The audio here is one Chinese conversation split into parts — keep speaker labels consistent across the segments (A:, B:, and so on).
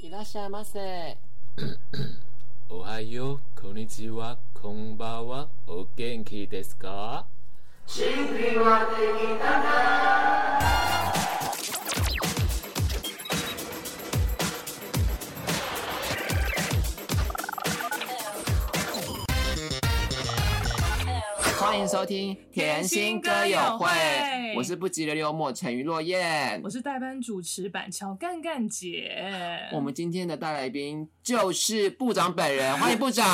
A: 伊拉夏马塞，
B: おはよう、こんにちは、こんばんは、お元気ですか？
A: 欢迎收听《甜心歌友会》，我是不急流幽默沉鱼落雁
C: 我。是代班主持板桥干干姐。
A: 我们今天的大来宾就是部长本人，欢迎部长。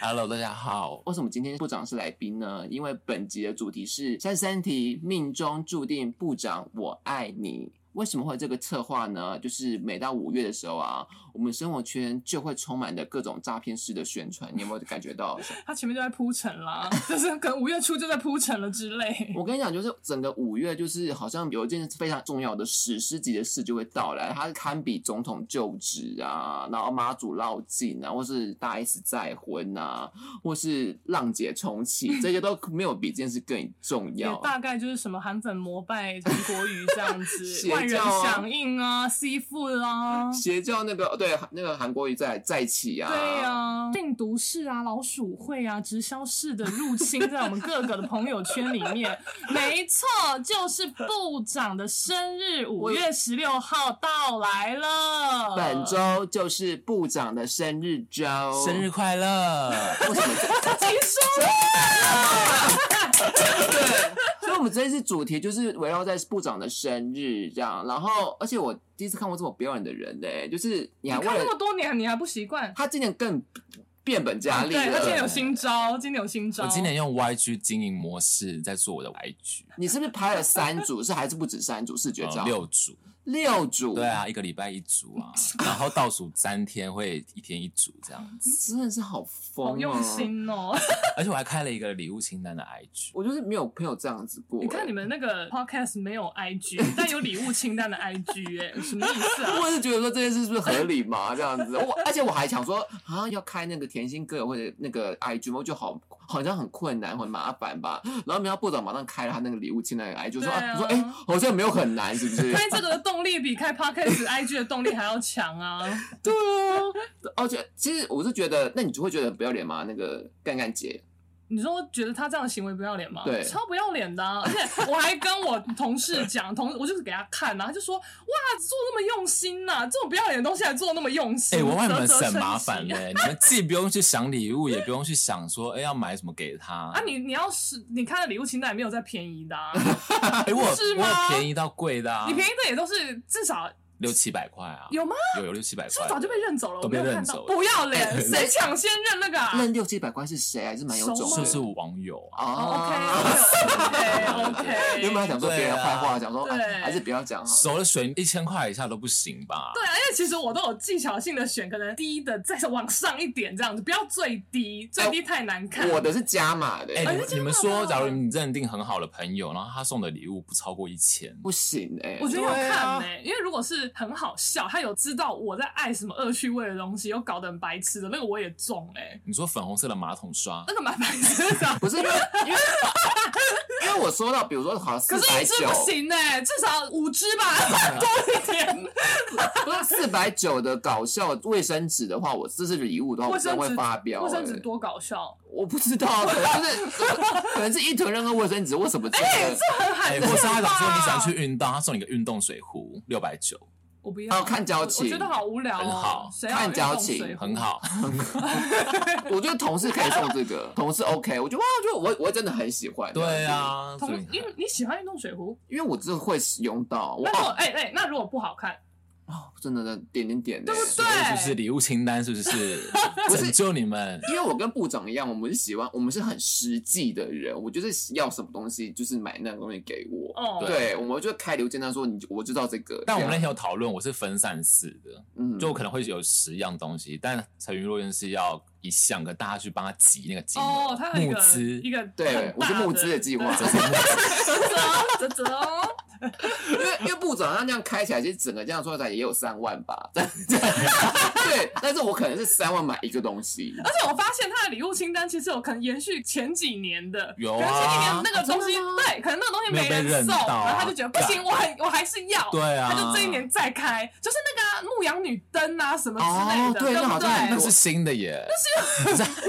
B: Hello，大家好。
A: 为什么今天部长是来宾呢？因为本集的主题是三十三题，命中注定部长我爱你。为什么会有这个策划呢？就是每到五月的时候啊，我们生活圈就会充满着各种诈骗式的宣传，你有没有感觉 到？
C: 他前面就在铺陈啦， 就是可能五月初就在铺陈了之类。
A: 我跟你讲，就是整个五月，就是好像有一件非常重要的史诗级的事就会到来，它堪比总统就职啊，然后妈祖绕境啊，或是大 S 再婚啊，或是浪姐重启，这些都没有比这件事更重
C: 也
A: 要。
C: 大概就是什么韩粉膜拜韩国瑜这样子，
A: 邪教啊
C: 万人响应啊，seafood 啊，
A: 邪教那个对那个韩国瑜再再起啊，
C: 对啊，病毒式啊，老鼠会啊，直销式的入侵在我们各个的朋友圈里面。没错，就是部长的生日，五月十六号到来了。
A: 本周就是部长的生日周，
B: 生日快乐！
A: 为 什么？
C: 谁说？
A: 所以，我们这一次主题就是围绕在部长的生日这样。然后，而且我第一次看过这么不要脸的人嘞、就是你还
C: 你
A: 为
C: 看那么
A: 了
C: 多年，你还不习惯？
A: 他今年更变本加厉
C: 对，他今天有
A: 了。
C: 新招，今天有新招。
B: 我哦今年用 YG 经营模式在做我的 YG，
A: 你是不是拍了三组？是还是不止三组？视觉
B: 呃
A: 照、
B: 六组，
A: 六组，
B: 对，啊，一个礼拜一组 啊，然后倒数三天会一天一组这样子，
A: 真的是好疯、哦，
C: 好用。心哦！
B: 而且我还开了一个礼物清单的 IG，
A: 我就是没有朋友这样子过、欸
C: 你看你们那个 podcast 没有 IG，但有礼物清单的 IG，哎、什么意思啊？
A: 我是觉得说这件事是不是合理嘛？这样子，我而且我还想说啊，要开那个甜心歌友会的那个 IG 吗？就好好像很困难，很麻烦吧。然后没想到部长马上开了他那个礼物进来的 IG，说
C: 对
A: 啊，
C: 啊
A: 我说哎、好像没有很难，是不 是？
B: 哎
C: 开这个的动力比开 podcast IG 的动力还要强啊！
A: 对啊， 而且其实我是觉得，那你就会觉得很不要脸吗？那个干干姐，
C: 你说觉得他这样的行为不要脸吗？
A: 对
C: 超不要脸的啊、而且我还跟我同事讲，同我就是给他看啊，他就说哇，做那么用心呐、这种不要脸的东西还做那么用
B: 哎、
C: 心，
B: 我为你们
C: 啧啧
B: 省
C: 称
B: 麻
C: 奇
B: 烦嘞、你们既不用去想礼物，也不用去想说哎、要买什么给他
C: 啊！你你要是你看的礼物清单也没有再便宜的、 啊，
B: 哎、我有
C: 是
B: 我
C: 吗
B: 有便宜到贵的、啊，
C: 你便宜的也都是至少
B: 六七百块啊，
C: 有吗？
B: 有有六七百
C: 是不
B: 块，
C: 是早就被认走了？
B: 都
C: 我
B: 被
C: 没有
B: 认
C: 看
B: 走
C: 到，
B: 了
C: 不要脸，谁抢先认那个啊？
A: 那六七百块是谁？还是蛮有种
C: 熟
A: 的，
C: 吗
B: 是不是网友啊？
C: 哦
A: 啊。
C: OK OK，
A: 哦原本还想说别人坏话，想说
C: 对
A: 哎还是不要讲好了。
B: 熟了水一千块以下都不行吧？
C: 对，啊，因为其实我都有技巧性的选，可能低的再往上一点这样子，不要最低，最低太难看。
A: 我的是加码的，
B: 哎、
C: 哎
B: 你们你
C: 是这样
B: 们
C: 的
B: 说，假如你认定很好的朋友，然后他送的礼物不超过一千，
A: 不行哎、
C: 我觉得要
B: 对啊
C: 看呢、欸因为如果是很好笑，他有知道我在爱什么恶趣味的东西，有搞得很白痴的那个我也中哎、
B: 你说粉红色的马桶刷
C: 那，个蛮白痴的。
A: 不是 因为因为因为我收到，比如说好像四
C: 可是
A: 百
C: 一
A: 九
C: 只，不行哎、至少五只 吧，多一点。啊
A: 不是四百九的搞笑卫生纸的话，我哦这是礼物的话，我
C: 卫
A: 真
C: 生
A: 的会
C: 纸
A: 发飙、
C: 卫生
A: 欸
C: 纸多搞笑，
A: 我不知道，可能就是 可能是一囤任何卫生纸，我什么知道？
C: 很
B: 哎、
C: 罕
B: 或
C: 见吧。
B: 是他想说你想去运动，他送你个运动水壶六百九，
C: 我不
A: 还
C: 要
A: 有看交情
C: 我觉得好无聊哦。
B: 很好
C: 谁要
A: 看
C: 运动
A: 交情
C: 水壶
B: 很。好。
A: 我觉得同事可以送这个，同事 OK，我觉得哇，我觉得我我真的很喜欢。
B: 对，啊，所
C: 同
B: 以
C: 因为你喜欢运动水壶，
A: 因为我真的会使用到，我
C: 那如果
A: 哦
C: 哎哎，那如果不好看，
A: 哦真的的点点点、欸，
C: 对不
B: 所
C: 对
B: 以就是礼物清单是不是
A: 是
B: 拯救你 们？
A: 因为我跟部长一样，我们是喜欢，我们是很实际的人，我就是要什么东西，就是买那个东西给我。
C: 哦，
A: 对，我们就开邮件单说你，我知道这个。
B: 但我们
C: 啊
A: 这样
B: 那天有讨论，我是分散式的，
A: 嗯
B: 就可能会有十样东西，但陈云若燕是要一项跟大家去帮他集那个金额，
C: 哦，它有一
B: 募
C: 个
B: 资
C: 一个
A: 对
C: 很
A: 我是
C: 大
A: 募资的计划
C: 对啧啧哦啧啧哦，
A: 因为因为部长他那样开起来，其实整个这样做起来也有三万吧， 对，但是我可能是三万买一个东西，
C: 而且我发现他的礼物清单其实有可能延续前几年的，
D: 有
C: 可能前几
D: 啊
C: 年，那个东西，
A: 真的吗
C: 对，可能那个东西
D: 没有
C: 没
D: 被
C: 人
D: 认
C: 送，
D: 到啊
C: 然后他就觉得不行，我还我还是要，
D: 对啊，
C: 他就这一年再开，就是那个啊牧羊女灯啊什么之类
A: 哦
C: 的，
A: 对那
C: 不
A: 好像很
C: 对
D: 那
A: 多？
D: 是新的耶，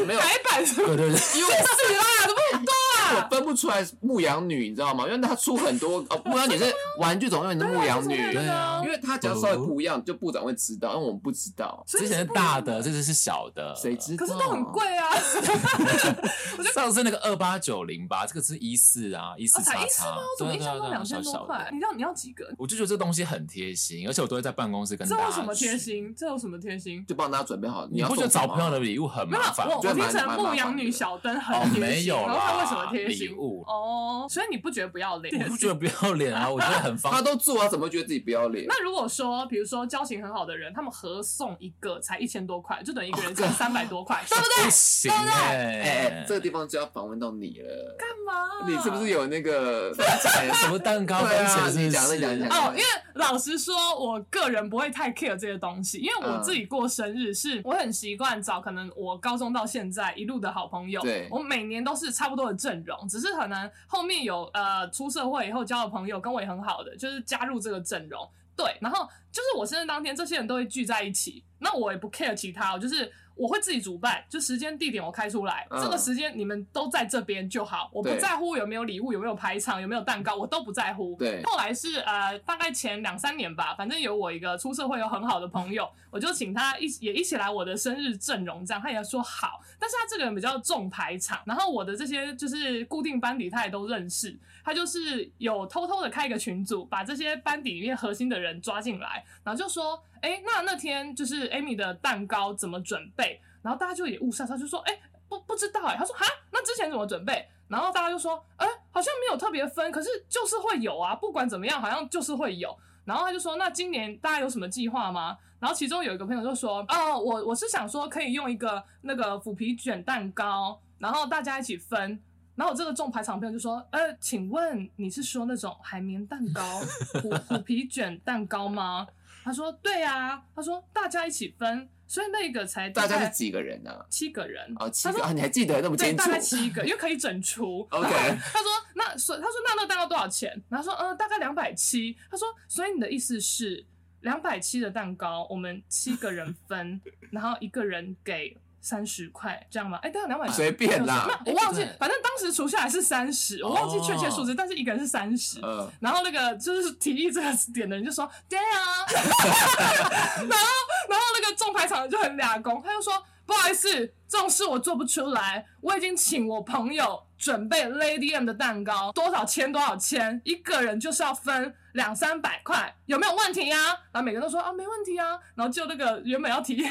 A: 没有。
C: 改版什么
D: 对对对，
A: 因为
C: 死啦，啊怎么那么多
A: 我
C: 啊？
A: 分不出来牧羊女，你知道吗？因为她出很多哦，牧羊女是玩具总动员的牧羊女，
D: 对啊
A: 因，为她只要稍微不一样，就部长会知道，因为我们不知道，
C: 所以
D: 之前是大的，这次是小的，
A: 谁知道？
C: 啊可是都很。贵啊，
D: 上次那个二八九零吧，这个是一四啊，一四
C: 哦才
D: 叉
C: 一次
D: 叉
C: 吗？我，怎么
D: 对啊
C: 印象
D: 对
C: 中
D: 对
C: 两
D: 对，
C: 千
D: 小
C: 多
D: 小
C: 块？
D: 的。
C: 你知道你要几个？
D: 我就觉得这东西很贴心，而且我都会在办公室跟
C: 这
D: 大家。
C: 为什么贴？心？这有什么贴心？
A: 就帮大家准备好，
D: 你
A: 要
D: 不觉得找
A: 送什么
D: 朋友的礼物很
C: 没有，
D: 麻烦？啊
C: 我我
D: 就
A: 觉得
C: 听
A: 蛮
C: 成
A: 蛮
C: 牧
A: 麻
C: 羊
A: 烦
C: 女
A: 的
C: 小灯
D: 哦
C: 很，贴
D: 没
C: 心，
D: 有
C: 然后
D: 啦，
C: 他为什么贴心
D: 礼？物，
C: 哦，所以你不觉得不要脸？
D: 我不觉得不要脸啊，我觉得很方
A: 他都做啊，怎么会觉得自己不要脸？
C: 那如果说，比如说交情很好的人，他们合送一个才一千多块，就等于一个人才三百多 块，对不对？
D: 哦不行哎、
A: 哎、哎这个地方就要访问到你了，
C: 干嘛？
A: 你是不是有那个？
D: 哎什么蛋糕
A: 对
D: 分
A: 啊
D: 钱是
A: 你
D: 不
A: 讲
D: 是？
A: 你讲你讲
C: 哦，因为老实说，我个人不会太 care 这些东西，因为我自己过生日
A: 嗯
C: 是，我很习惯找可能我高中到现在一路的好朋友
A: 对，
C: 我每年都是差不多的阵容，只是可能后面有呃出社会以后交的朋友跟我也很好的，就是加入这个阵容。对，然后就是我生日当天，这些人都会聚在一起，那我也不 care 其他，我就是我会自己主办，就时间地点我开出来，
A: 嗯
C: 这个时间你们都在这边就好，我不
A: 对
C: 在乎有没有礼物，有没有排场，有没有蛋糕，我都不在乎。
A: 对
C: 后来是呃，大概前两三年吧，反正有我一个出社会有很好的朋友，我就请他一也一起来我的生日阵容，这样他也说好。但是他这个人比较重排场，然后我的这些就是固定班底他也都认识，他就是有偷偷的开一个群组，把这些班底里面核心的人抓进来，然后就说，哎、那那天就是 Amy 的蛋糕怎么准备？然后大家就也雾煞煞，就说，哎、不不知道哎、他说，哈，那之前怎么准备？然后大家就说，哎、好像没有特别分，可是就是会有啊，不管怎么样，好像就是会有。然后他就说，那今年大家有什么计划吗？然后其中有一个朋友就说，哦，我我是想说可以用一个那个腐皮卷蛋糕，然后大家一起分。然后我这个中排场朋友就说，呃，请问你是说那种海绵蛋糕、 虎虎皮卷蛋糕吗？他说对啊，他说大家一起分，所以那个才
A: 大家
C: 概
A: 是几个人呢、啊？
C: 七个人
A: 哦，七
C: 他
A: 个
C: 说
A: 啊，你还记得那么
C: 对，
A: 清
C: 大
A: 楚
C: 概七个，因为可以整除。
A: ？OK，
C: 他说：“那所以他说那那个蛋糕多少钱？”然后说：“嗯、大概两百七。”他说：“所以你的意思是两百七的蛋糕，我们七个人 分，然后一个人给三十块，这样吗？”哎、对啊，两百
A: 随便啦
C: 那我忘记
D: 哎对，
C: 反正当时除下来是三十，我忘记确切数
A: 哦
C: 字，但是一个人是三十。
A: 呃，
C: 然后那个就是提议这个点的人就说：“对啊。” 然后然后那个中排场的就很俩工，他就说：“不好意思，这种事我做不出来，我已经请我朋友准备 Lady M 的蛋糕，多少钱多少钱，一个人就是要分。”两三百块有没有问题啊？然后每个人都说啊没问题啊，然后就那个原本要提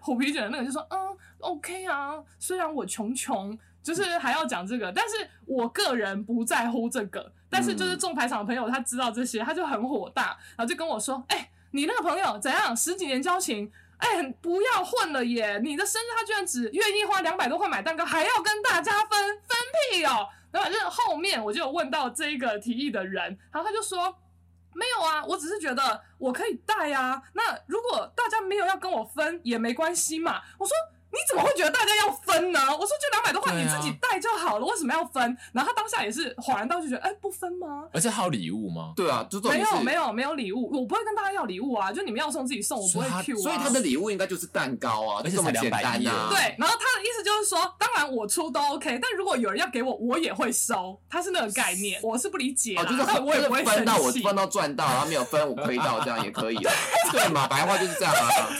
C: 虎皮卷的那个就说嗯 OK 啊，虽然我穷穷，就是还要讲这个，但是我个人不在乎这个，但是就是
A: 嗯
C: 中排场的朋友他知道这些，他就很火大，然后就跟我说：“哎、你那个朋友怎样？十几年交情，哎、不要混了耶！你的生日他居然只愿意花两百多块买蛋糕，还要跟大家分分屁哦！”然后反正后面我就有问到这一个提议的人，然后他就说。没有啊，我只是觉得我可以带啊。那如果大家没有要跟我分也没关系嘛。我说你怎么会觉得大家要分呢？我说就两百多块
D: 对
C: 你
D: 啊
C: 自己带就好了，为什么要分？然后他当下也是恍然大悟，觉得哎不分吗？
D: 而且还有礼物吗？
A: 对啊，就重
C: 没
A: 点
C: 有
A: 是
C: 没有没有礼物，我不会跟大家要礼物啊，就你们要送自己送，我不
D: 所以
C: 会
D: 他
C: Q 啊。
A: 所以他的礼物应该就是蛋糕啊，
D: 而且
A: 就这么
D: 才
A: 简单
D: 200
A: 啊。
D: 页
C: 对，然后他的意思就是说，当然我出都 OK，但如果有人要给我，我也会收，他是那个概念，我是不理解啦，
A: 哦，就是
C: 但
A: 很
C: 啊我也不会
A: 就是分到我
C: 生气。
A: 分到赚到，然后没有分我亏到，这样也可 以啊，对嘛？白话就是这样啊。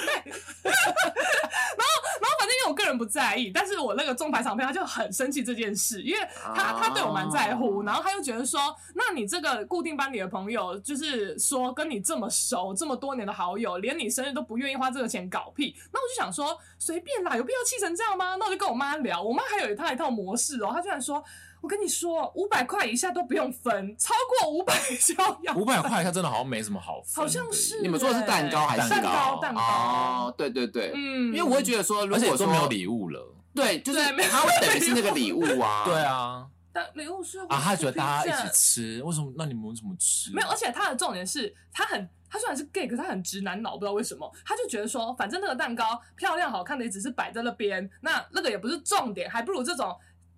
C: 然后反正因为我个人不在意，但是我那个中牌场票他就很生气这件事，因为他
A: 哦
C: 他对我蛮在乎，然后他又觉得说，那你这个固定班里的朋友，就是说跟你这么熟，这么多年的好友，连你生日都不愿意花这个钱搞屁，那我就想说，随便啦，有必要气成这样吗？那我就跟我妈聊，我妈还有她一套模式哦，她居然说。我跟你说，五百块以下都不用分，超过五百就要。
D: 五百块，它真的好像没什么好分的
C: 好像是
A: 你们说的是蛋糕还是
C: 蛋糕？蛋糕。
A: 哦，对对对，
C: 嗯，
A: 因为我会觉得说，如
D: 而且
A: 果
D: 说
A: 说
D: 没有礼物了。
A: 对，就是
C: 对没 有
A: 它会等于是那个礼物啊。
D: 对，啊，
C: 但礼物是
B: 啊，他觉得大家一起
C: 是
B: 吃，为什么？那你们为什么吃？啊
C: 没有，而且他的重点是他很，他虽然是 gay，可是他很直男脑，不知道为什么，他就觉得说，反正那个蛋糕漂亮好看的也只是摆在那边，那那个也不是重点，还不如这种。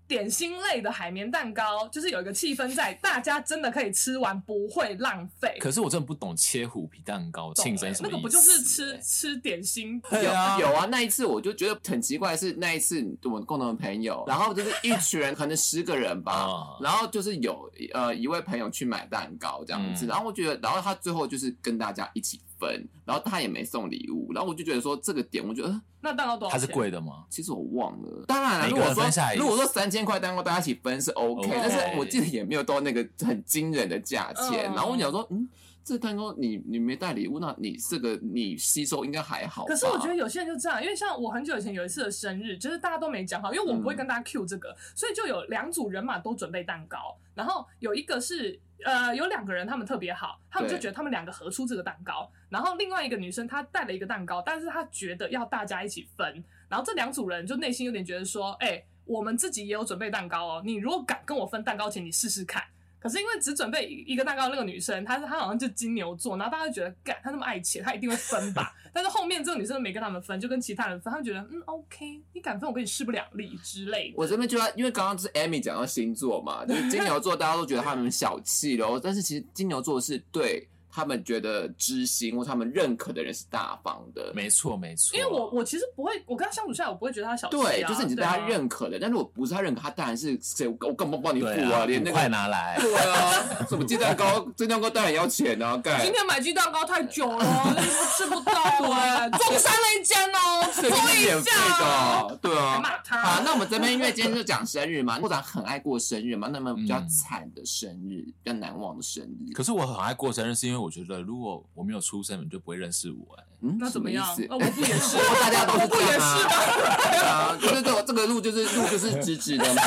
C: 点心类的海绵蛋糕，就是有一个气氛在，大家真的可以吃完，不会浪费。
B: 可是我真的不懂切虎皮蛋糕
C: 懂
B: 庆生什么
C: 那
B: 意思、
C: 个不就是吃
B: 欸
C: 吃点心？
B: 对啊
A: 有有啊，那一次我就觉得很奇怪，是那一次我们共同的朋友，然后就是一群人，可能十个人吧，
B: 啊？
A: 然后就是有呃一位朋友去买蛋糕这样子，
B: 嗯
A: 然后我觉得，然后他最后就是跟大家一起分，然后他也没送礼物，然后我就觉得说这个点，我觉得呃
C: 那蛋糕多少
B: 它
C: 钱？
B: 是贵的吗？
A: 其实我忘了，当然了，
B: 每
A: 如
B: 个
A: 果
B: 人
A: 说
B: 分下来
A: 如果说三千块蛋糕大家一起分是 OK，,
B: OK
A: 但是我记得也没有到那个很惊人的价钱，
C: 嗯
A: 然后我想说，嗯，这蛋糕你你没带礼物，那你这个你吸收应该还好吧，
C: 可是我觉得有些人就这样，因为像我很久以前有一次的生日，就是大家都没讲好，因为我不会
A: 嗯
C: 跟大家 Q 这个，所以就有两组人马都准备蛋糕，然后有一个是呃有两个人他们特别好，他们就
A: 对
C: 觉得他们两个合出这个蛋糕，然后另外一个女生她带了一个蛋糕，但是她觉得要大家一起分，然后这两组人就内心有点觉得说，哎、我们自己也有准备蛋糕哦，你如果敢跟我分蛋糕钱，你试试看。可是因为只准备一一个蛋糕，那个女生她是她好像就金牛座，然后大家就觉得干她那么爱钱，她一定会分吧。 但是后面这个女生没跟他们分，就跟其他人分，他们觉得嗯 OK，你敢分我跟你势不两立之类的。
A: 我这边就要，因为刚刚就是 Amy 讲到星座嘛，就是金牛座大家都觉得他们小气咯，但是其实金牛座是对他们觉得知心或他们认可的人是大方的。
B: 没错，没错。
C: 因为我我其实不会，我跟他相处下来，我不会觉得他小气、啊。
A: 对，就是你是被他
C: 对啊
A: 认可的，但是我不是他认可，他当然是谁，我根本不帮你付
B: 对
A: 啊，
B: 啊，
A: 连那
B: 快
A: 个
B: 拿来。
A: 对啊，什么鸡蛋糕，鸡蛋糕当然要钱啊，干
C: 今。天买鸡蛋糕太 久了，吃不到哎、中山那一间哦，
A: 这个是免费的哦，对啊。
C: 骂他。
A: 好，那我们这边因为今天就讲生日嘛，部 长很爱过生日嘛，那么比较
B: 嗯
A: 惨的生日，比较难忘的生日，
B: 可是我很爱过生日，是因为我觉得如果我没有出生，你就不会认识我、 欸。
A: 嗯，
C: 那怎么样
A: 什意？思
C: 呃，我不也 是，
A: 大家都是
C: 我不也是吗？
A: 对 啊，就是这个这个路就是路就是直直的嘛，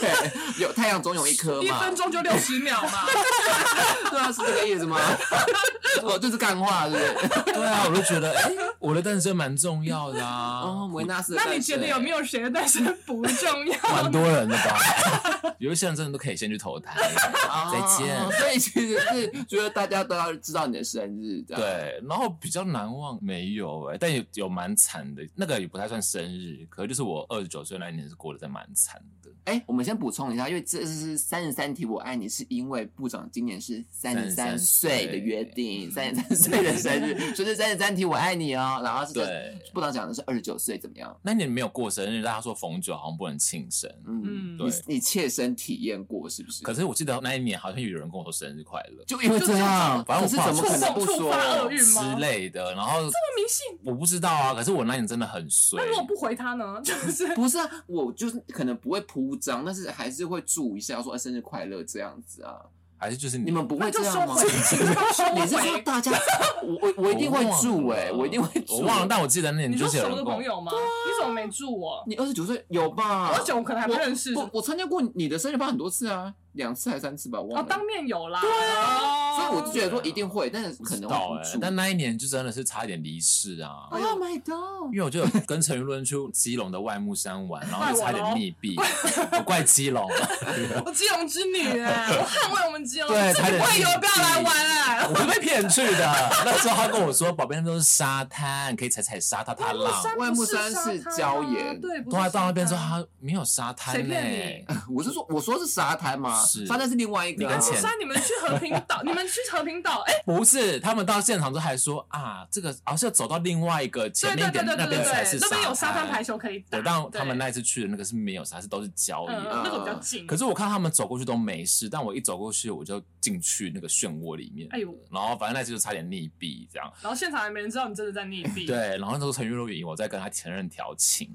A: 对，有太阳总有一颗
C: 一
A: 嘛，
C: 分钟就六十秒嘛。
A: 对啊，是这个意思吗？ 哦，这是干话，是不是？
B: 对啊，我就觉得，哎、我的诞生蛮重要的啊，
A: 哦，维纳斯的
C: 那
A: 诞生，
C: 你觉得有没有谁的诞生不重 要？
B: 蛮多人的吧？有一些人真的都可以先去投胎。
A: 哦？
B: 再见
A: 哦所以其实是觉得大家都要知道你的生日，这样。
B: 对，然后比较难忘没有哎、但有有蛮惨的，那个也不太算生日，可能就是我二十九岁那一年是过得真的蛮惨的。
A: 哎，我们先补充一下，因为这是三十三题我爱你，是因为部长今年是三十三
B: 33
A: 岁的约定，三十三岁的生日，所以是三十三题我爱你哦。然后是
B: 对，
A: 部长讲的是二十九岁怎么样？
B: 那年没有过生日，大家说逢九好像不能庆生，
A: 嗯，
C: 嗯，
B: 对
A: 你你切身体验过是不是？
B: 可是我记得那一年好像有人跟我说生日快乐
A: 就因为这样，
B: 反
A: 可
B: 正我
A: 是
B: 爸
A: 怎么可能不
C: 触触发
A: 说
C: 恶？运吗
B: 之类的，然后
C: 迷信。
B: 我不知道啊，可是我那年真的很衰
C: 那。如果不回他呢？ 就是
A: 不是啊，我就是可能不会铺张，但是还是会祝一下说、哎生日快乐这样子啊。
B: 还是就是
A: 你们不
C: 那
A: 会
C: 就
A: 这
C: 收
A: 样吗？
C: 回，请他收
A: 你是说
C: 回。
A: 大家？ 我我我一定会祝哎、我一定会祝。
B: 我忘了，但我记得那年
C: 你
B: 就
C: 说
B: 是有啊
C: 熟
B: 人
C: 的
B: 跟
C: 朋
B: 我
C: 友吗？你怎么没住我？
B: 啊
A: 你二十九岁有吧？
C: 而且我可能还不认识。
A: 我
C: 哦，
A: 我参加过你的生日趴很多次啊，两次还三次吧，我忘了。
C: 哦当面有啦。对啊
A: 所以我就觉得说一定会，但是可能
B: 到
A: 会
B: 哎、
A: 不住。
B: 但那一年就真的是差一点离世啊。
A: Oh my god！
B: 因为我就有跟陈玉伦去基隆的外木山玩，然后就差点溺毙，我怪基隆，啊
C: 我基隆之 女哎，我捍卫我们基隆，
B: 对
C: 自
B: 差
C: 己
B: 点
C: 不会游，不要来玩哎。
B: 我是被骗去的。那时候他跟我说，宝贝，那都是沙滩，可以踩踩沙，踏踏浪。
A: 外木山是礁岩
C: 对，不是
B: 后来到那边之后，
C: 沙滩
B: 他没有沙滩
C: 谁
B: 呢、
C: 骗你？
A: 我是说，我说是沙滩嘛，
B: 是
A: 沙滩是另外一个、
B: 你跟
A: 啊。
B: 钱
C: 山，你们去和平 岛，你们去和平岛，哎，
B: 不是，他们到现场之后还说啊，这个好像走到另外一个前
C: 对
B: 面
C: 对
B: 一点，
C: 对对对
B: 那
C: 对
B: 边才
C: 对
B: 是，
C: 那边有沙滩
B: 滩
C: 排。球可以打
B: 对，。但他们
C: 对
B: 那一次去的那个是没有沙，是都是礁
C: 嗯
B: 岩。
C: 嗯那个比较近。
B: 可是我看他们走过去都没事，但我一走过去我就进去那个漩涡里面，
C: 哎呦，
B: 然后反正那次就差点溺毙这样。
C: 然后现场还没人知道你真的在溺毙。
B: 对，啊然后那时候陈玉露莹我在跟她前任调情，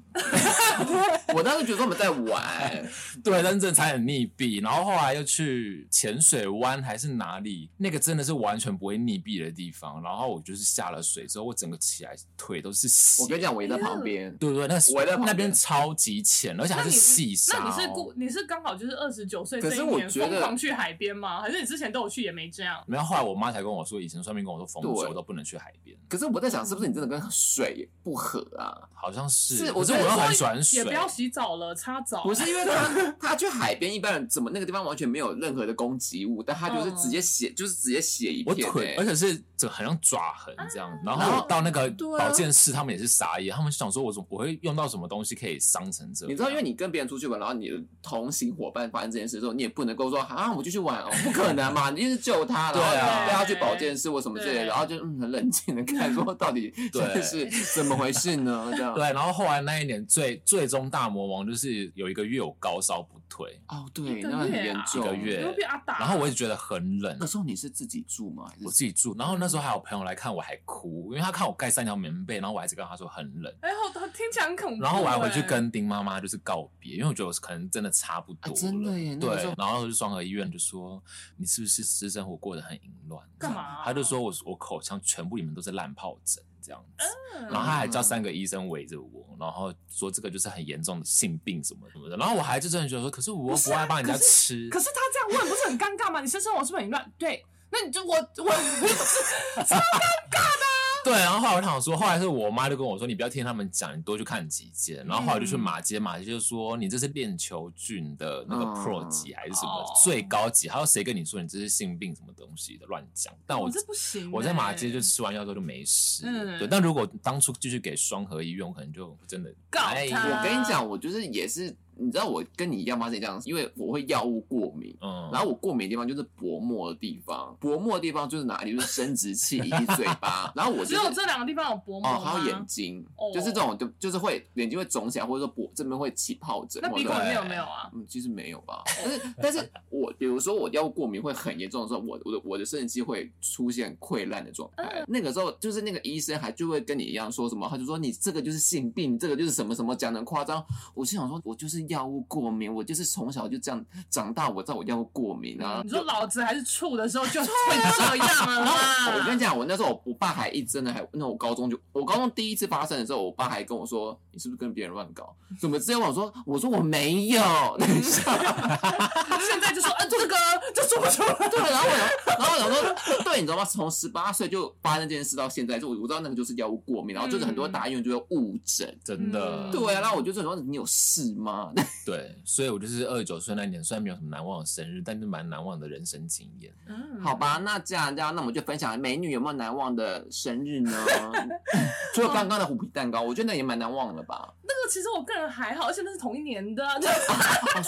A: 我当时觉得我们在玩，
B: 对，但是真的差点溺毙。然后后来又去浅水湾还是哪里，那个真的是完全不会溺毙的地方。然后我就是下了水之后，我整个起来腿都是血。
A: 我跟你讲，我也在旁边，
B: 对不对？那
A: 我在旁边
B: 那边超级浅，而且还
C: 那
B: 是
C: 你
B: 细沙、
C: 那
B: 哦
C: 你是故你是刚好就是二十九岁
A: 可
C: 这
A: 是
C: 一
A: 我
C: 年
A: 觉得
C: 疯狂去海边吗？还是你之前都有去也没这样？
B: 然后后来我妈才跟我说，以前算命跟我说逢九
A: 对
B: 都不能去海边，
A: 可是我在想，是不是你真的跟水不合啊？
B: 好像是。
A: 是
B: 可
A: 我
B: 是
A: 觉
B: 我
A: 得
B: 又
A: 说
B: 很喜欢
C: 也
B: 水
C: 不，要洗澡了，擦澡。啊
A: 不是因为他他去海边，一般人怎么那个地方完全没有任何的攻击物，但他就是
C: 嗯
A: 直接写，就是直接写一
B: 我
A: 片、欸，
B: 腿而且是整个很像爪痕这样。然后
A: 然
B: 我
A: 后
B: 到那个
A: 对啊
B: 保健室，他们也是傻眼，他们想说我怎么我会用到什么东西可以伤成这样？
A: 你知道，因为你跟别人出去玩，然后你的同行伙伴发生这件事之后，你也不能够说啊，我就去玩哦，不可能嘛，你就是救他，然
B: 对
A: 后
B: 啊
A: 带他去保健室或什么之类的，
C: 对
A: 然后就嗯很冷静的看说到底
B: 对
A: 这是怎么回事呢？这样
B: 对，然后后来那一年最最终大魔王就是有一个月我高烧不退，
A: 哦，
C: 一
A: 对，
C: 个
A: 那很
C: 月啊
A: 严重，
B: 一个月
C: 你会被阿打。
B: 然后我也觉得很冷
A: 那，时候你是自己住吗？还是
B: 我自己住，然后那时候还有朋友来看我还哭，因为他看我盖三条棉被，然后我还是跟他说很冷。
C: 哎呦，好听起来很恐怖。
B: 然后我还回去
C: 哎
B: 跟丁妈妈就是告别，因为我觉得我可能真的差不
A: 啊
B: 多了，
A: 真的耶那个时
B: 对
A: 候，
B: 然后就双河医院就说你是不是私生活过得很淫乱？
C: 干嘛啊
B: 他就说我我口腔全部里面都是烂疱疹这样子。
C: 嗯
B: 然后他还叫三个医生围着我，然后说这个就是很严重的性病什么什么的。然后我还就真的觉得说，可是我又不爱帮人家吃，
C: 可是他这样问不是很尴尬吗？你先生活是不是很乱？对，那你就我我
B: 对。然后后来我就想说，后来是我妈就跟我说，你不要听他们讲，你多去看几间。然后后来就
C: 嗯
B: 去马街，马街就说你这是链球菌的那个
A: 嗯
B: Pro 级还是什么
C: 哦
B: 最高级，还有谁跟你说你这是性病什么东西的乱讲？但我
C: 这不行哎。
B: 我在马街就吃完药之后就没事了，
C: 嗯
B: 对。但如果当初继续给双合医院，我可能就真的
C: 告
B: 哎
C: 他
A: 我跟你讲，我就是也是，你知道我跟你一样吗？这样，因为我会药物过敏。
B: 嗯，
A: 然后我过敏的地方就是薄膜的地方，薄膜的地方就是哪里？就是生殖器以及嘴巴。然后我
C: 只
A: 就
C: 有
A: 是
C: 这两个地方有薄膜
A: 哦，
C: 吗
A: 还有眼睛，
C: 哦
A: 就是这种就就是会眼睛会肿起来，或者说脖这边会起疱疹。
C: 那
A: 或
C: 鼻
A: 者
C: 孔里面
B: 对
C: 有没有啊？
A: 嗯，其实没有吧。但是但是我比如说我药物过敏会很严重的时候，我我的我的生殖器会出现溃烂的状
C: 嗯
A: 态。那个时候就是那个医生还就会跟你一样说什么，他就说你这个就是性病，这个就是什么什么讲的很夸张。我心想说，我就是药物过敏，我就是从小就这样长大，我知道我药物过敏啊。
C: 你说老子还是处的时候就会
B: 啊
C: 这样了啦。
A: 我跟你讲，我那时候我我爸还一真的还，那我高中就我高中第一次发生的时候，我爸还跟我说：“你是不是跟别人乱搞？”怎么这样？我说：“我说我没有。”等一下，
C: 现在就说，啊，这个就说不出来。
A: 对，然后我想，然后我想说，对，你知道吗？从十八岁就发生这件事到现在，就我我知道那个就是药物过敏，然后就是很多打医院就会误诊。
B: 真的
C: 嗯
A: 对啊，然后我就说：“你有事吗？”
B: 对，所以我就是二十九岁那一年，虽然没有什么难忘的生日，但是蛮难忘的人生经验。
A: 好吧，那这样这样，那我们就分享美女有没有难忘的生日呢？ 除了刚刚的虎皮蛋糕，我觉得那也蛮难忘的吧。
C: 这个其实我个人还好，而且那是同一年 的啊，就
A: 啊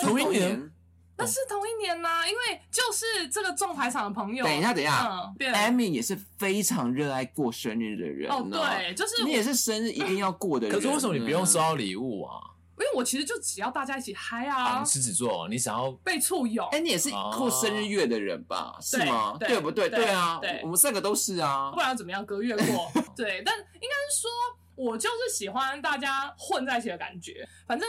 B: 同一年。
C: 那是同一年呐、因为就是这个撞排场的朋友。
A: 等一下，，等一下，
C: 嗯，对，
A: Amy 也是非常热爱过生日的人、啊
C: 哦，，对，就是我
A: 你也是生日一定要过的人、
B: 可是为什么你不
C: 嗯
B: 用收？到礼物啊？
C: 因为我其实就只要大家一起嗨
B: 啊，
C: 啊，
B: 狮子座，你想要
C: 被簇拥
A: 哎、，你也是
B: 啊
A: 过生日月的人吧？是吗？
C: 对
A: 不对？
C: 对
A: 对啊，
C: 对
A: 我们三个都是啊
C: 不。然要怎么样？隔月过，对，但应该是说，我就是喜欢大家混在一起的感觉，反正。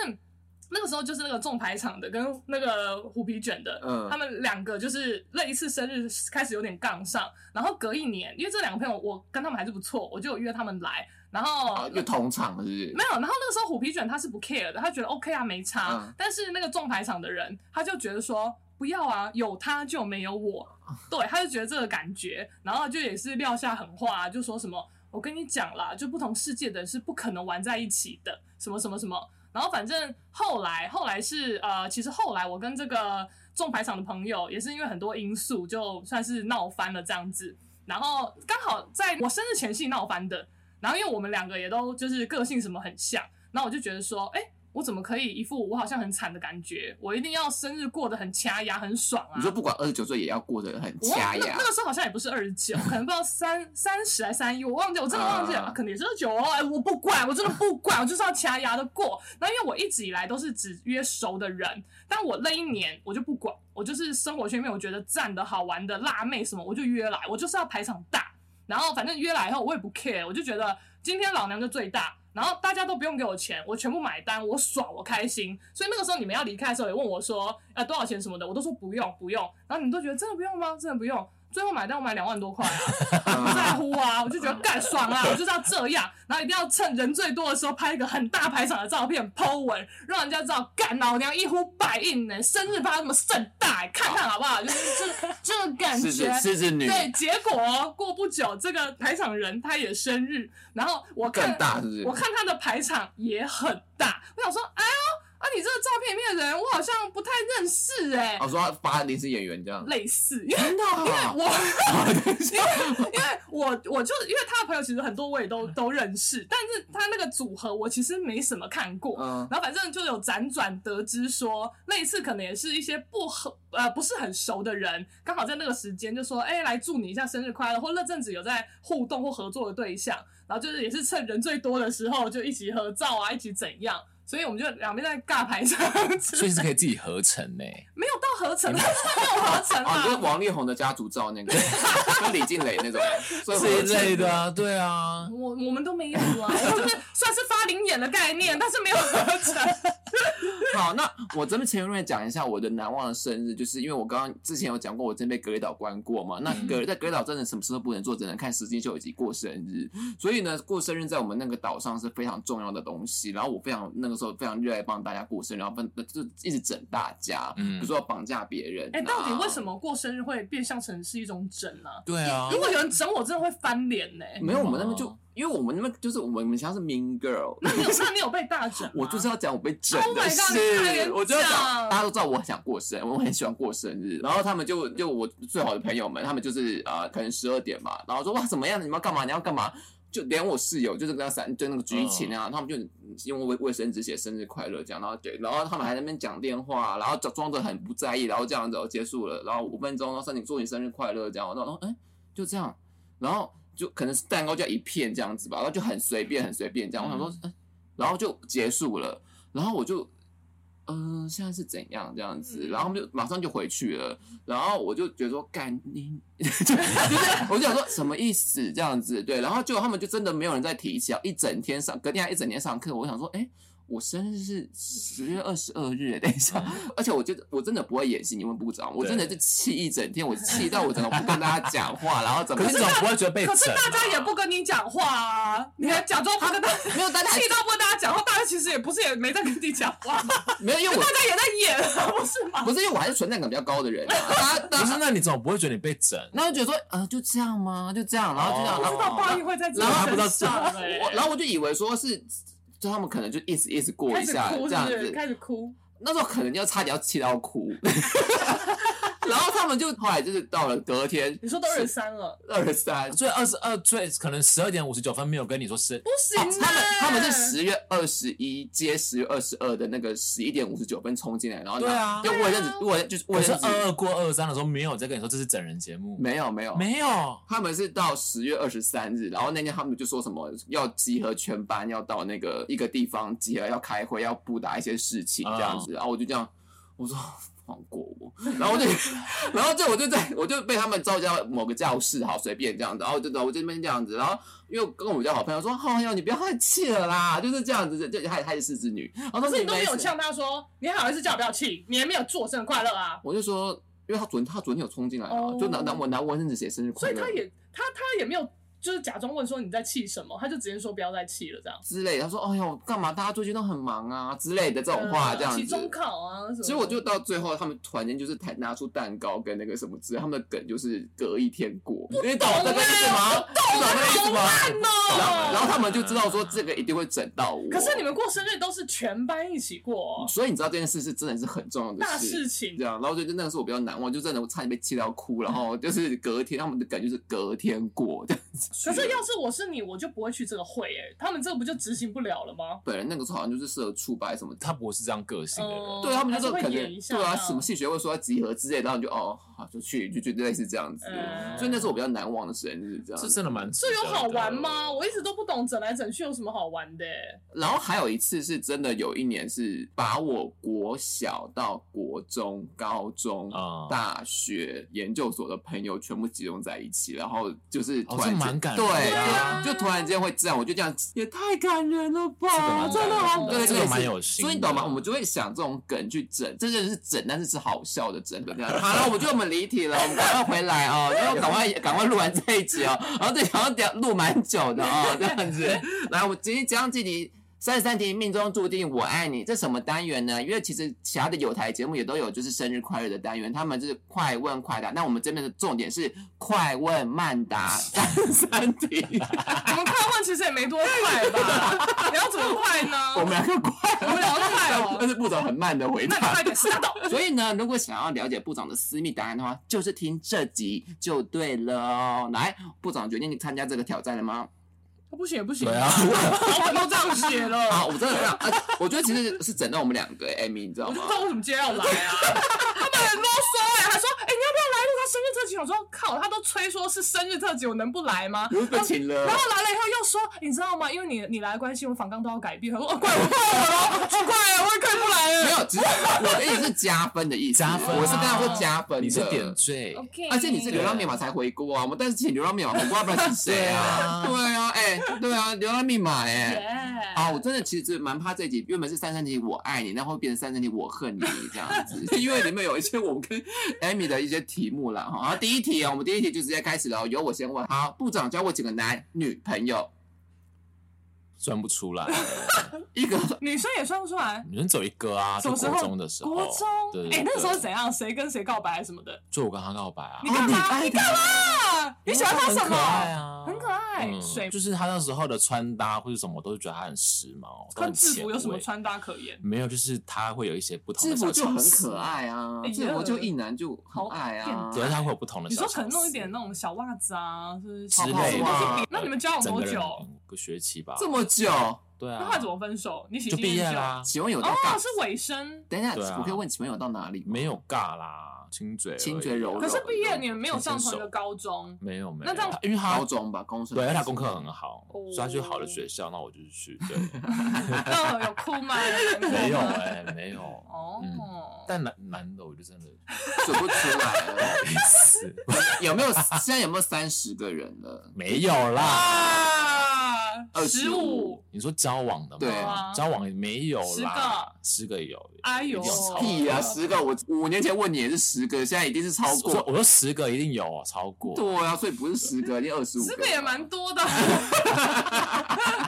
C: 那个时候就是那个种排场的跟那个虎皮卷的，
A: 嗯
C: 他们两个就是那一次生日开始有点杠上，然后隔一年，因为这两个朋友我跟他们还是不错，我就有约他们来，然后、
A: 啊，又同场是不是？
C: 没有，然后那个时候虎皮卷他是不 care 的，他觉得 OK 啊，没差。
A: 嗯
C: 但是那个中排场的人，他就觉得说不要啊，有他就没 有我，对，他就觉得这个感觉，然后就也是撂下狠话、就说什么我跟你讲啦，就不同世界的人是不可能玩在一起的，什么什么什么。然后反正后来后来是呃，其实后来我跟这个中排场的朋友也是因为很多因素，就算是闹翻了这样子。然后刚好在我生日前夕闹翻的，然后因为我们两个也都就是个性什么很像，然后我就觉得说，哎、我怎么可以一副我好像很惨的感觉？我一定要生日过得很掐牙很爽啊！
A: 你说不管二十九岁也要过得很
C: 我忘
A: 掐
C: 那
A: 牙
C: 那，个时候好像也不是二十九，可能不知道三三十还三一，我忘记，我真的忘记了，
A: 啊
C: 可能也是二九哦。哎，我不管，我真的不管，我就是要掐牙的过。然后因为我一直以来都是只约熟的人，但我那一年我就不管，我就是生活圈里面我觉得赞的好玩的辣妹什么，我就约来，我就是要排场大。然后反正约来以后我也不 care，我就觉得今天老娘就最大，然后大家都不用给我钱，我全部买单，我爽，我开心。所以那个时候你们要离开的时候也问我说，呃多少钱什么的，我都说不用不用。然后你们都觉得真的不用吗？真的不用。最后买单我买两万多块啊， 我不在乎啊，我就觉得干爽啊，我就是要这样，然后一定要趁人最多的时候拍一个很大排场的照片，Po 文，让人家知道干老娘一呼百应呢、生日趴这么盛大、看看好不好？就是 这这个感
A: 狮子
C: 觉。
A: 狮子女
C: 对，结果过不久，这个排场人他也生日，然后我看
A: 更大是不是
C: 我看他的排场也很大，我想说，哎呦，啊，你这个照片里面的人，我好像不太认识哎、
A: 我哦说他发临时演员这样，
C: 类似，因为
A: 真的
C: 因为
A: 啊，
C: 我因为因为我我就是因为他的朋友其实很多我也都
A: 嗯
C: 都认识，但是他那个组合我其实没什么看过。
A: 嗯，
C: 然后反正就有辗转得知说，类似可能也是一些不合呃不是很熟的人，刚好在那个时间就说，哎、来祝你一下生日快乐，或那阵子有在互动或合作的对象，然后就是也是趁人最多的时候就一起合照啊，一起怎样，所以我们就两边在尬牌上，
B: 所以是可以自己合成呢、
C: 没有到合成，啊没有合 成
A: 哦，
C: 啊
A: 你，是王力宏的家族照那 个，跟李静蕾那种，所以
B: 这一类的
A: 我
B: 啊，对啊，
C: 我我们都没有啊，我就是 算是发灵眼的概念，但是没有合成。
A: 好，那我这边前面讲一下我的难忘的生日，就是因为我刚刚之前有讲过，我真被隔离岛关过嘛。那
B: 嗯
A: 隔在隔离岛真的什么事都不能做，只能看实境秀以及过生日。所以呢，过生日在我们那个岛上是非常重要的东西。然后我非常那个时候非常热爱帮大家过生日，然后分呃就一直整大家，比
B: 嗯
A: 如说绑架别人、
C: 哎、到底为什
A: 么？
C: 么过生日会变相成是一种整呢、
B: 对
A: 哦
B: 啊
C: 如，果有人整我，真的会翻脸呢、
A: 没有，我们那边就
B: 哦
A: 因为我们那边就是我们我们家是 Mean Girl，
C: 那你有那你有被大整吗？
A: 我就是要讲我被整
C: Oh
A: 的
C: my god，
A: 事
C: 你快点
A: 我就要
C: 讲
A: 讲，大家都知道我很想过生日，我很喜欢过生日。然后他们就就我最好的朋友们，他们就是呃，可能十二点嘛，然后说哇怎么样，你们要干嘛，你要干嘛。就连我室友就是跟他散，就那个菊琴
C: 嗯
A: 啊，他们就用卫卫生纸写生日快乐这样，然后对，然后他们还在那边讲电话，然后装装着很不在意，然后这样子哦结束了，然后五分钟，然后说你祝你生日快乐这样，然后哎、就这样，然后就可能是蛋糕就一片这样子吧，然后就很随便很随便这样，我想说，哎、然后就结束了，然后我就，嗯、现在是怎样这样子，
C: 嗯
A: 然后他们就马上就回去了，然后我就觉得说，干你， 就是我就想说什么意思这样子，对，然后就他们就真的没有人在提起啊，一整天上，隔天还一整天上课，我想说，哎、我生日是十 月二十二日，等一下，而且我觉得我真的不会演戏，你们不知道，我真的是气一整天，我气到我整个不跟大家讲话， 然后怎么
B: 可是你总不会觉得被
C: 可是
B: 整啊、
C: 大家也不跟你讲话啊，你还假装不跟大家，
A: 没有大家还
C: 气到不跟大家讲话，大家其实也不是也没在跟你讲话，大
A: 没有，因为我 哦
C: 家也在演啊，不是吗？
A: 不是因为我还是存在感比较高的人、啊，大家大
B: 不
A: 家
B: 是，那你总不会觉得你被整？啊
A: 然后就觉得说，呃，就这样吗？就这样，然后就这样，
B: 哦
A: 然后
C: 不知道报应会在自己
A: 然后还不
B: 知道
C: 身上哎、
A: 我然后我就以为说是，就他们可能就意思意思过一
C: 开始
A: 下
C: 哭
A: 这
C: 是
A: 样
C: 不是？
A: 子，
C: 开始哭，
A: 那时候可能要差点要气到哭。 然后他们就后来就是到了隔天
C: 你说都二十三了，
A: 二三，
B: 所以二十二岁可能十二点五十九分没有跟你说是
C: 不行、
A: 哎哦他
C: 啊
A: 们他们是十月二十一接十月二十二的那个十一点五十九分冲进来，然后
B: 对啊
A: 就我认识，我认就是我
B: 我是
A: 认识，
B: 二二过二三的时候没有在跟你说这是整人节目，
A: 没有没有
B: 没有，
A: 他们是到十月二十三日，然后那天他们就说什么要集合全班，要到那个一个地方集合，要开会，要布达一些事情这样子。然后我就这样，我说放过我， 然后我就，然后就我就在我就被他们召集到某个教室，好随便这样子，然后就我就那边这样子，然后因为跟我比较好朋友说，好、哎呦，你不要太气了啦，就是这样子，就就还还是狮子女，然后
C: 可
A: 说
C: 是你都没有
A: 事
C: 呛他说，你还好意思叫我不要气？你还没有祝我生日快乐啊？
A: 我就说。因为他昨天他昨天有冲进来啊
C: 哦
A: 就拿拿我拿卫生纸写生日
C: 所
A: 快
C: 以
A: 乐，
C: 他也他他也没有就是假装问说你在气什么，他就直接说不要再气了这样。
A: 之类的，他说：“哎呦，干嘛？大家最近都很忙啊之类的这种话，
C: 呃
A: 这样
C: 期中
A: 子。
C: 考啊什”么。
A: 所以我就到最后，他们突然间就是拿出蛋糕跟那个什么之类，他们的梗就是隔一天过，你懂这个意思吗？懂这个意思吗？然后，然后他们就知道说这个一定会整到我。
C: 啊可是你，们过生日都是全班一起过、哦，
A: 所以你知道这件事是真的是很重要的
C: 大事情
A: 这。样，然后就那个是我比较难忘，就真的我差点被气到哭，然后就是隔天他们的梗就是隔天过这样子。
C: 可是要是我是你，我就不会去这个会哎、他们这个不就执行不了了吗？
A: 本人那个时候好像就是适合触白什么
B: 他不是这样个性的人。
C: 哦
A: 对他们就
C: 还是
A: 说
C: 会
A: 可能
C: 演一下嗯
A: 对啊，
C: 这样
A: 什么系学会说要集合之类的，然后你就哦，好就去就就类似这样子，
C: 嗯
A: 所以那是我比较难忘的生日这样
B: 这
A: 子。
B: 真的蛮
C: 这有好玩吗？
B: 我
C: 我一直都不懂整来整去有什么好玩的、欸。
A: 然后还有一次是真的有一年是把我国小到国中、高中、
B: 啊
A: 大学、研究所的朋友全部集中在一起，然后就是突
B: 哦，这
A: 然
B: 蛮感人的
A: 对
B: 啊，
A: 就突然间会这样，我就这样，也太感人了
B: 这个
C: 哦
A: 吧，
B: 蛮
A: 真的
B: 感
A: 好
B: 人的
A: 对对
B: 这个
A: 对
B: 蛮
A: 是
B: 有心
A: 所以你
B: 的
A: 懂吗？我们就会想这种梗去整，这真的是整，但是是好笑的整。这样好了，我觉得我们离题了，我们赶快回来 哦，因为赶快赶快录完这一集哦，然后这好像聊录蛮久的哦， 这样子。来，我们直接讲这题。三十三题命中注定我爱你，这什么单元呢？因为其实其他的有台节目也都有，就是生日快乐的单元，他们就是快问快答。那我们这边的重点是快问慢答 三十三题，
C: 我们快问其实也没多快 吧？你要怎么快呢？
A: 我们两个快，
C: 我们两个快哦
A: 但是步骤很慢的回
C: 那你
A: 答
C: 快。点是到。
A: 所以呢，如果想要了解部长的私密答案的话，就是听这集就对了哦。来，部长决定你参加这个挑战了吗？
C: 不行不行，
B: 对啊，
C: 我都这样写
A: 啊，
C: 了，
A: 我真的这样，啊我觉得其实是整到我们两个、欸、Amy，你知道
C: 我不
A: 吗
C: 知？道为什么今天要来 啊。他们很啰嗦哎，还说哎、你要不要来录他生日特辑？我说靠，他都催说是生日特辑，我能不来 吗？
A: 如被请了
C: 然。后来了以后又说，你知道吗？因为你你来的关系，我访纲都要改变。我说哦，怪 我怪我了，怪啊我也改不来
A: 没
C: 了。
A: 有，只是我的意思是加分的意思，
B: 加分啊
A: 我是跟他说加分的，
B: 你是点缀，
C: OK，
A: 而且你是流浪密码才回锅啊，我们但是请流浪密码回锅，要不然是谁啊？
B: 对
A: 对啊，哎、对啊，流浪密码哎、啊，
C: 耶，
A: 我真的其实蛮怕这一集，原本是三三集我爱你，然后变成三三集我恨你这样子， 因为里面有一些我们跟 Amy 的一些题目啦哈。好，第一题啊，我们第一题就直接开始了，哦由我先问。好，部长教我几个男女朋友，
B: 算不出 来。
A: 一个
C: 女生也算不出来。
B: 你们走一个啊，
C: 什
B: 就
C: 么时候
B: 国中的时候，
C: 国中
B: 对，对
C: 哎、那时候
B: 对
C: 怎样？谁跟谁告白什么的？
B: 就我跟他告白啊
C: 你，干嘛？
A: 哦你爱
C: 你
A: 他
C: 干嘛？你喜欢他什
B: 很可爱
C: 么？
B: 啊，
C: 很可爱，
B: 嗯
C: 水
B: 就是他那时候的穿搭或者什么，我都觉得他很时髦，都
C: 跟
B: 很
C: 制
B: 前
C: 服有什么
B: 卫？
C: 穿搭可言？
B: 没有，就是他会有一些不同
A: 制
B: 的
A: 服
B: 小
A: 就很
B: 巧思
A: 可，爱啊
C: 哎，呀
A: 制服就一男就很爱啊
C: 好，
B: 主要他会有不同的
C: 你
B: 小巧
C: 说
B: 思，
C: 可能弄一点那种小袜子啊，就是
B: 之
A: 泡
B: 类的
A: 袜
B: 对
C: 那你们交往
B: 整
C: 多
B: 个人啊
C: 久？
B: 五个学期吧，
A: 这么久，
B: 对
C: 那
B: 啊，
C: 后来怎么分手？你喜
B: 就
C: 新
B: 毕业
C: 厌旧？
B: 啦？
A: 请问有到
C: 哦，
A: 大？
C: 是尾声。
A: 等一下
B: 对，啊
A: 我可以问请问有到哪里吗？
B: 没有尬啦，亲嘴而已，啊
A: 亲嘴柔柔
C: 可是毕业你们没有上同一个高 中，
B: 没有没有，
C: 那这样
B: 因为他
A: 高中吧，公司
B: 对，因为他功课很好，
C: 哦
B: 所以他去好的学校，那我就去， 对，
C: 那有哭吗？
B: 没有哎，没有。
C: 哦，
B: 但男男的我就真的
A: 数不出来了，
B: 是
A: 有没有？现在有没有三十个人了？
B: 没有啦。
C: 啊，十
A: 25
C: 五，
B: 你说交往的吗？
A: 对啊
B: 交往没有啦，十个有。
C: 哎呦
B: 一定有超，
A: 屁呀、十个！我五年前问你也是十个，现在已经是超
B: 我说
A: 过。
B: 我说十个一定有超过。
A: 对啊，所以不是十个，已经二十五
C: 十
A: 个
C: 个也蛮啊 多的。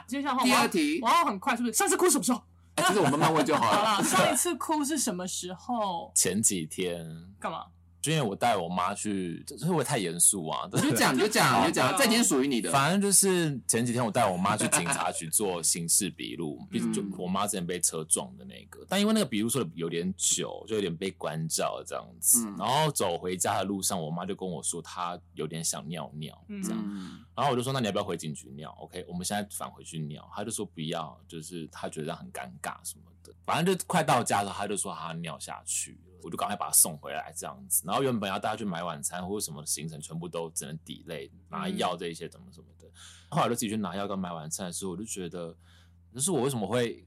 C: 接下来
A: 第
B: 啊
A: 二，题
C: 我，要很快，是不是？上次哭什么时候？
A: 哎其实我慢慢问就好
C: 好
A: 了。
C: 了，上一次哭是什么时候？
B: 前几天
C: 干嘛？
B: 就因为我带我妈去，这会不会太严肃啊？
A: 你就讲，你就讲，你就讲，这已经属于你的。
B: 反正就是前几天我带我妈去警察局做刑事笔录，毕竟就
A: 嗯
B: 我妈之前被车撞的那个，但因为那个笔录说的有点久，就有点被关照这样子。
A: 嗯
B: 然后走回家的路上，我妈就跟我说她有点想尿尿，
C: 嗯
B: 这样。
A: 嗯，
B: 然后我就说那你要不要回警局尿？OK，我们现在返回去尿。她就说不要，就是她觉得这样很尴尬什么的。反正就快到家的时候，她就说她尿下去了，我就赶快把她送回来这样子。然后原本要带她去买晚餐或者什么行程，全部都只能 delay，拿
C: 嗯
B: 药这一些怎么什么的。后来我就自己去拿药跟买晚餐的时候，我就觉得，就是我为什么会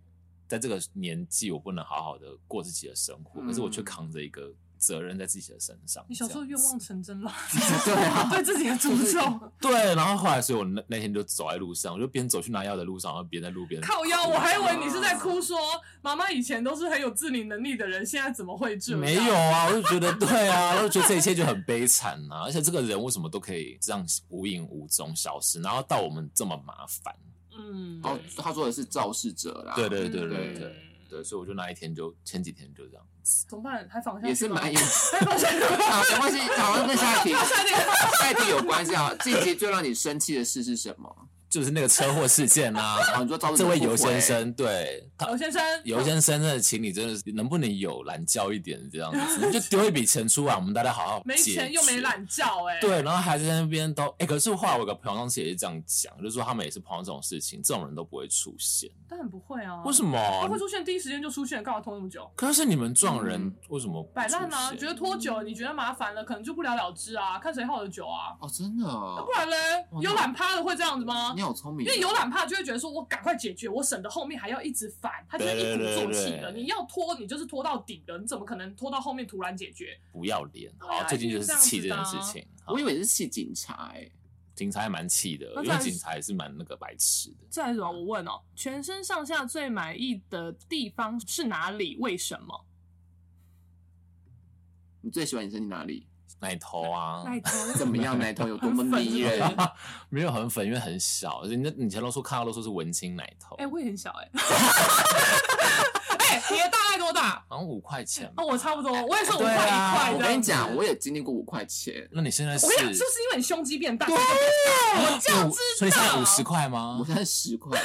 B: 在这个年纪，我不能好好的过自己的生活，
A: 嗯
B: 可是我却扛着一个责任在自己的身上。
C: 你小时候
B: 这
C: 愿
B: 样子
C: 望成真了，
B: 嗯
A: 对啊，
C: 对自己的诅咒。
B: 对，然后后来，所以我那那天就走在路上，我就边走去拿药的路上，然后边在路边
C: 靠腰，我还以为你是在哭说，妈妈以前都是很有自理能力的人，现在怎么会这样？
B: 没有啊，我就觉得对啊，我就觉得这一切就很悲惨啊，而且这个人为什么都可以这样无影无踪消失，然后到我们这么麻烦？
C: 嗯，
A: 哦，他说的是肇事者啦。
C: 啊
B: 对对对对
A: 嗯
B: 对对，所以我就那一天就前几天就这样子，
C: 怎么办？还仿下去
A: 也是蛮有
C: 吗。还仿下去吗，
A: 好，没关系，好，那下一题，
C: 下一个
A: 下一题有关系啊。这一集最让你生气的事是什么？
B: 就是那个车祸事件 啊，
A: 哦，你说肇事者
B: 这位
A: 不
B: 尤先
A: 回，
B: 生，对他
C: 刘先生，
B: 尤先生，真的，请你真的是能不能有懒觉一点这样子，你就丢一笔钱出来，我们大家好好
C: 没
B: 解
C: 钱又没
B: 决。
C: 懒觉，哎，
B: 对，然后还在那边都哎、可是后来我有个朋友当时也是这样讲，就是说他们也是碰到这种事情，这种人都不会出现，
C: 但很不会啊。
B: 为什
C: 么？他
B: 么
C: 会？出现，第一时间就出现，干嘛拖那么久？
B: 可是你们撞人、
A: 嗯
B: 为什么不
C: 摆烂
B: 出
C: 啊，
B: 现
C: 觉得拖久了，你觉得麻烦了，可能就不了了之啊，看谁耗的久啊。
A: 哦，真的哦
C: 不，然嘞，
A: 哇
C: 有懒趴的会这样子吗
A: 你？好聪明
C: 因
A: 哦，
C: 为有懒趴就会觉得说，我赶快解决，我省得后面还要一直烦，他就是一鼓作气
B: 对对对
C: 的。
B: 对
C: 你要拖，你就是拖到底了，你怎么可能拖到后面突然解决？
B: 不要脸？
C: 对
B: 好，
C: 啊
B: 最近
C: 一
B: 就是
C: 定这样
B: 气
C: 子
B: 这件
C: 的
B: 事
C: 啊
B: 情。好
A: 我以为是气警察哎。
B: 警察也蛮气的，
C: 那
B: 因
C: 再
B: 为
C: 来是
B: 警察也是蛮那个白痴的。
C: 再来什么？我问哦，全身上下最满意的地方是哪里？为什么？
A: 你最喜欢你身体哪里？
B: 奶头啊，
C: 奶头
A: 怎么样？奶头有多么迷人？
C: 很
B: 没有很粉，因为很小，人家以前都说看到都说是文青奶头，
C: 哎、我也很小哎、哎、你的大概多大？
B: 好像五块钱吧
C: 哦，我差不多，我也是五块
B: 对
C: 一
B: 啊
C: 块
A: 我
C: 这
A: 跟
C: 样
A: 你
C: 子。
A: 讲，我也经历过五块钱，
B: 那你现在是
C: 我跟你讲，就是因为你胸肌变大，
B: 我
C: 就知道
B: 所以现在五十块吗
A: 我？现在十块，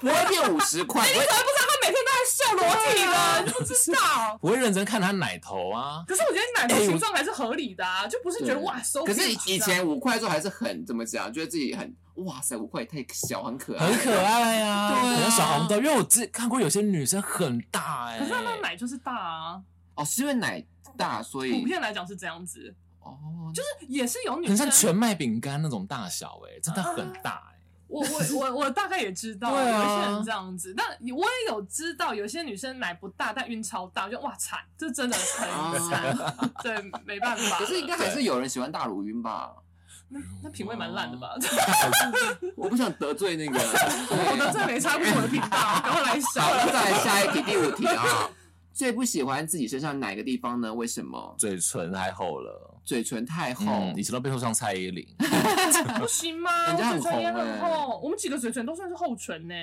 A: 不会变五十块，不会
C: 他每天都在秀裸体的，你不知道。
B: 我会认真看他奶头啊，
C: 可是我觉得你奶头形状还是合理的啊，就不是觉得
A: 哎对
C: 哇啊收。
A: 可是以前五块的时候还是很怎么讲，觉得自己很哇塞，五块也太小，很 可爱，
B: 很可。爱呀、
C: 对啊
B: 可能小红豆，因为我之看过有些女生很大哎、
C: 可是他们奶就是大啊，
A: 哦，是因为奶大，所
C: 普
A: 以
C: 遍来讲是这样子，
A: 哦，就是
C: 也是有女
B: 很
C: 生
B: 像。全麦饼干那种大小哎、真的很大哎、
C: 我我我我大概也知 道，
B: 对啊
C: 有些人这样子，但我也有知道有些女生奶不大，但晕超大，就哇惨，这真的很惨，对，没办法。
A: 啊可是应该还是有人喜欢大乳晕吧？
C: 那那品味蛮烂的吧？
A: 我不想得罪那个。
C: 我的最没差不是我的频道， 赶快来笑
A: 嗯好，
C: 了。
A: 再来下一题，第五题啊。最不喜欢自己身上哪个地方呢？为什么？
B: 嘴唇太厚了，
A: 嘴唇太厚。
B: 嗯，以前都被说像蔡依林，
C: 不行吗？我
A: 人家
C: 嘴
A: 很
C: 唇也
A: 红
C: 很
A: 欸
C: 厚，我们几个嘴唇都算是厚唇呢。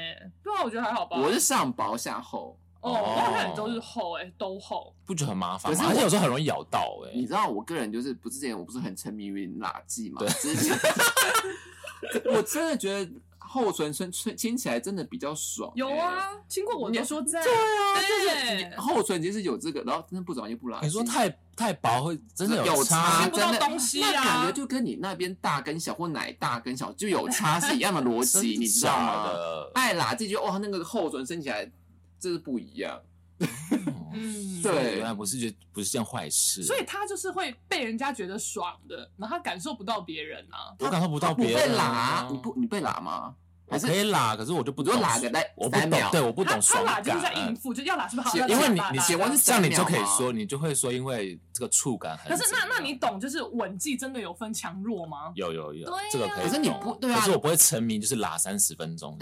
C: 对啊，我觉得还好吧。
A: 我是上薄下厚。
C: 哦，我好像也都是厚哎，都厚。
B: 不觉得很麻烦
A: 可是
B: 吗？
A: 我
B: 而且有时候很容易咬到哎、
A: 你知道我个人就是不是之前我不是很沉迷于辣剂嘛？之前我真的觉得 厚唇唇唇亲起来真的比较爽、
C: 有
A: 欸。
C: 啊，亲过我都说在。对
A: 啊
C: 啊，
A: 厚唇其实有这个，然后真的不怎么又不辣剂。
B: 你说太太薄会真的
A: 有
B: 差，
C: 吃不到
A: 真的
C: 东西啊
A: 那感觉就跟你那边大跟小或奶大跟小就有差是一样的逻 辑，你知道吗？
B: 的？
A: 爱啦，这句哇，那个厚唇升起来，这是不一样。
C: 嗯，
A: 对
B: 原来不是觉不是件坏事，
C: 所以他就是会被人家觉得爽的，然后他感受不到别人啊。
B: 我感受不到
A: 不
B: 别
A: 被
B: 人
A: 拉
B: 啊，，
A: 你不你被拉吗？
B: 我
A: 还是
B: 可以拉，可是我就不
A: 我就
B: 懂
A: 拉个来
B: 我不
A: 三
B: 懂
A: 秒，，
B: 对，我不
C: 他
B: 懂
C: 他
B: 爽
C: 啦
B: 感，
C: 就是在应付，就要啦，是不是？好
A: 是
C: 那
B: 因为
C: 讲
B: 你
C: 吧
B: 你
C: 啦
A: 写完
C: 这
A: 是
C: 样
B: 这样你
A: 三秒
B: 就可以
A: 嘛
B: 说，你就会说，因为这个触感很
C: 啊可
B: 怎
C: 是
B: 么
C: 那
B: 样。
C: 那你懂就是吻技真的有分强弱 吗？
B: 有有有
C: 对啊，
B: 这个可以懂。
A: 可是你不对啊
B: 可是我不会沉迷，就是拉三十分钟。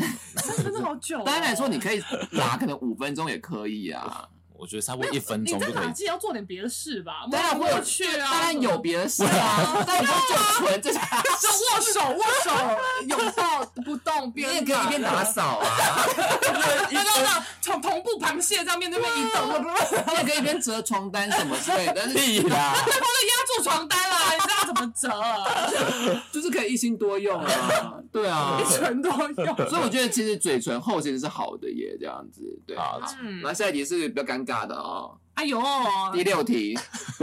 C: 真的好久 哦。
A: 当然说你可以拉，可能五分钟也可以啊。
B: 我觉得差不多一分钟
C: 你在
B: 就可
C: 打
B: 以。
C: 记要做点别的事吧？
A: 当然
C: 摸
A: 会
C: 来摸
A: 有
C: 去啊，
A: 当然有别的事啊，但你说就纯这些，
C: 就握手握手，拥抱不动，
A: 你
C: 别人
A: 也可以一边打扫啊，
C: 那个同同步螃蟹这样面对面移动，他
A: 你也可以一边折床单什么之类的，但是
B: 屁啦！
C: 都压住床单啦，你知道怎么 折啊？
A: 就是可以一心多用啊。对啊，
C: 一拳都用。
A: 所以我觉得其实嘴唇厚其实是好的耶，这样子对。
B: 好，
C: 嗯，
A: 那下一题是比较尴尬的哦，
C: 哎呦，
A: 第六题，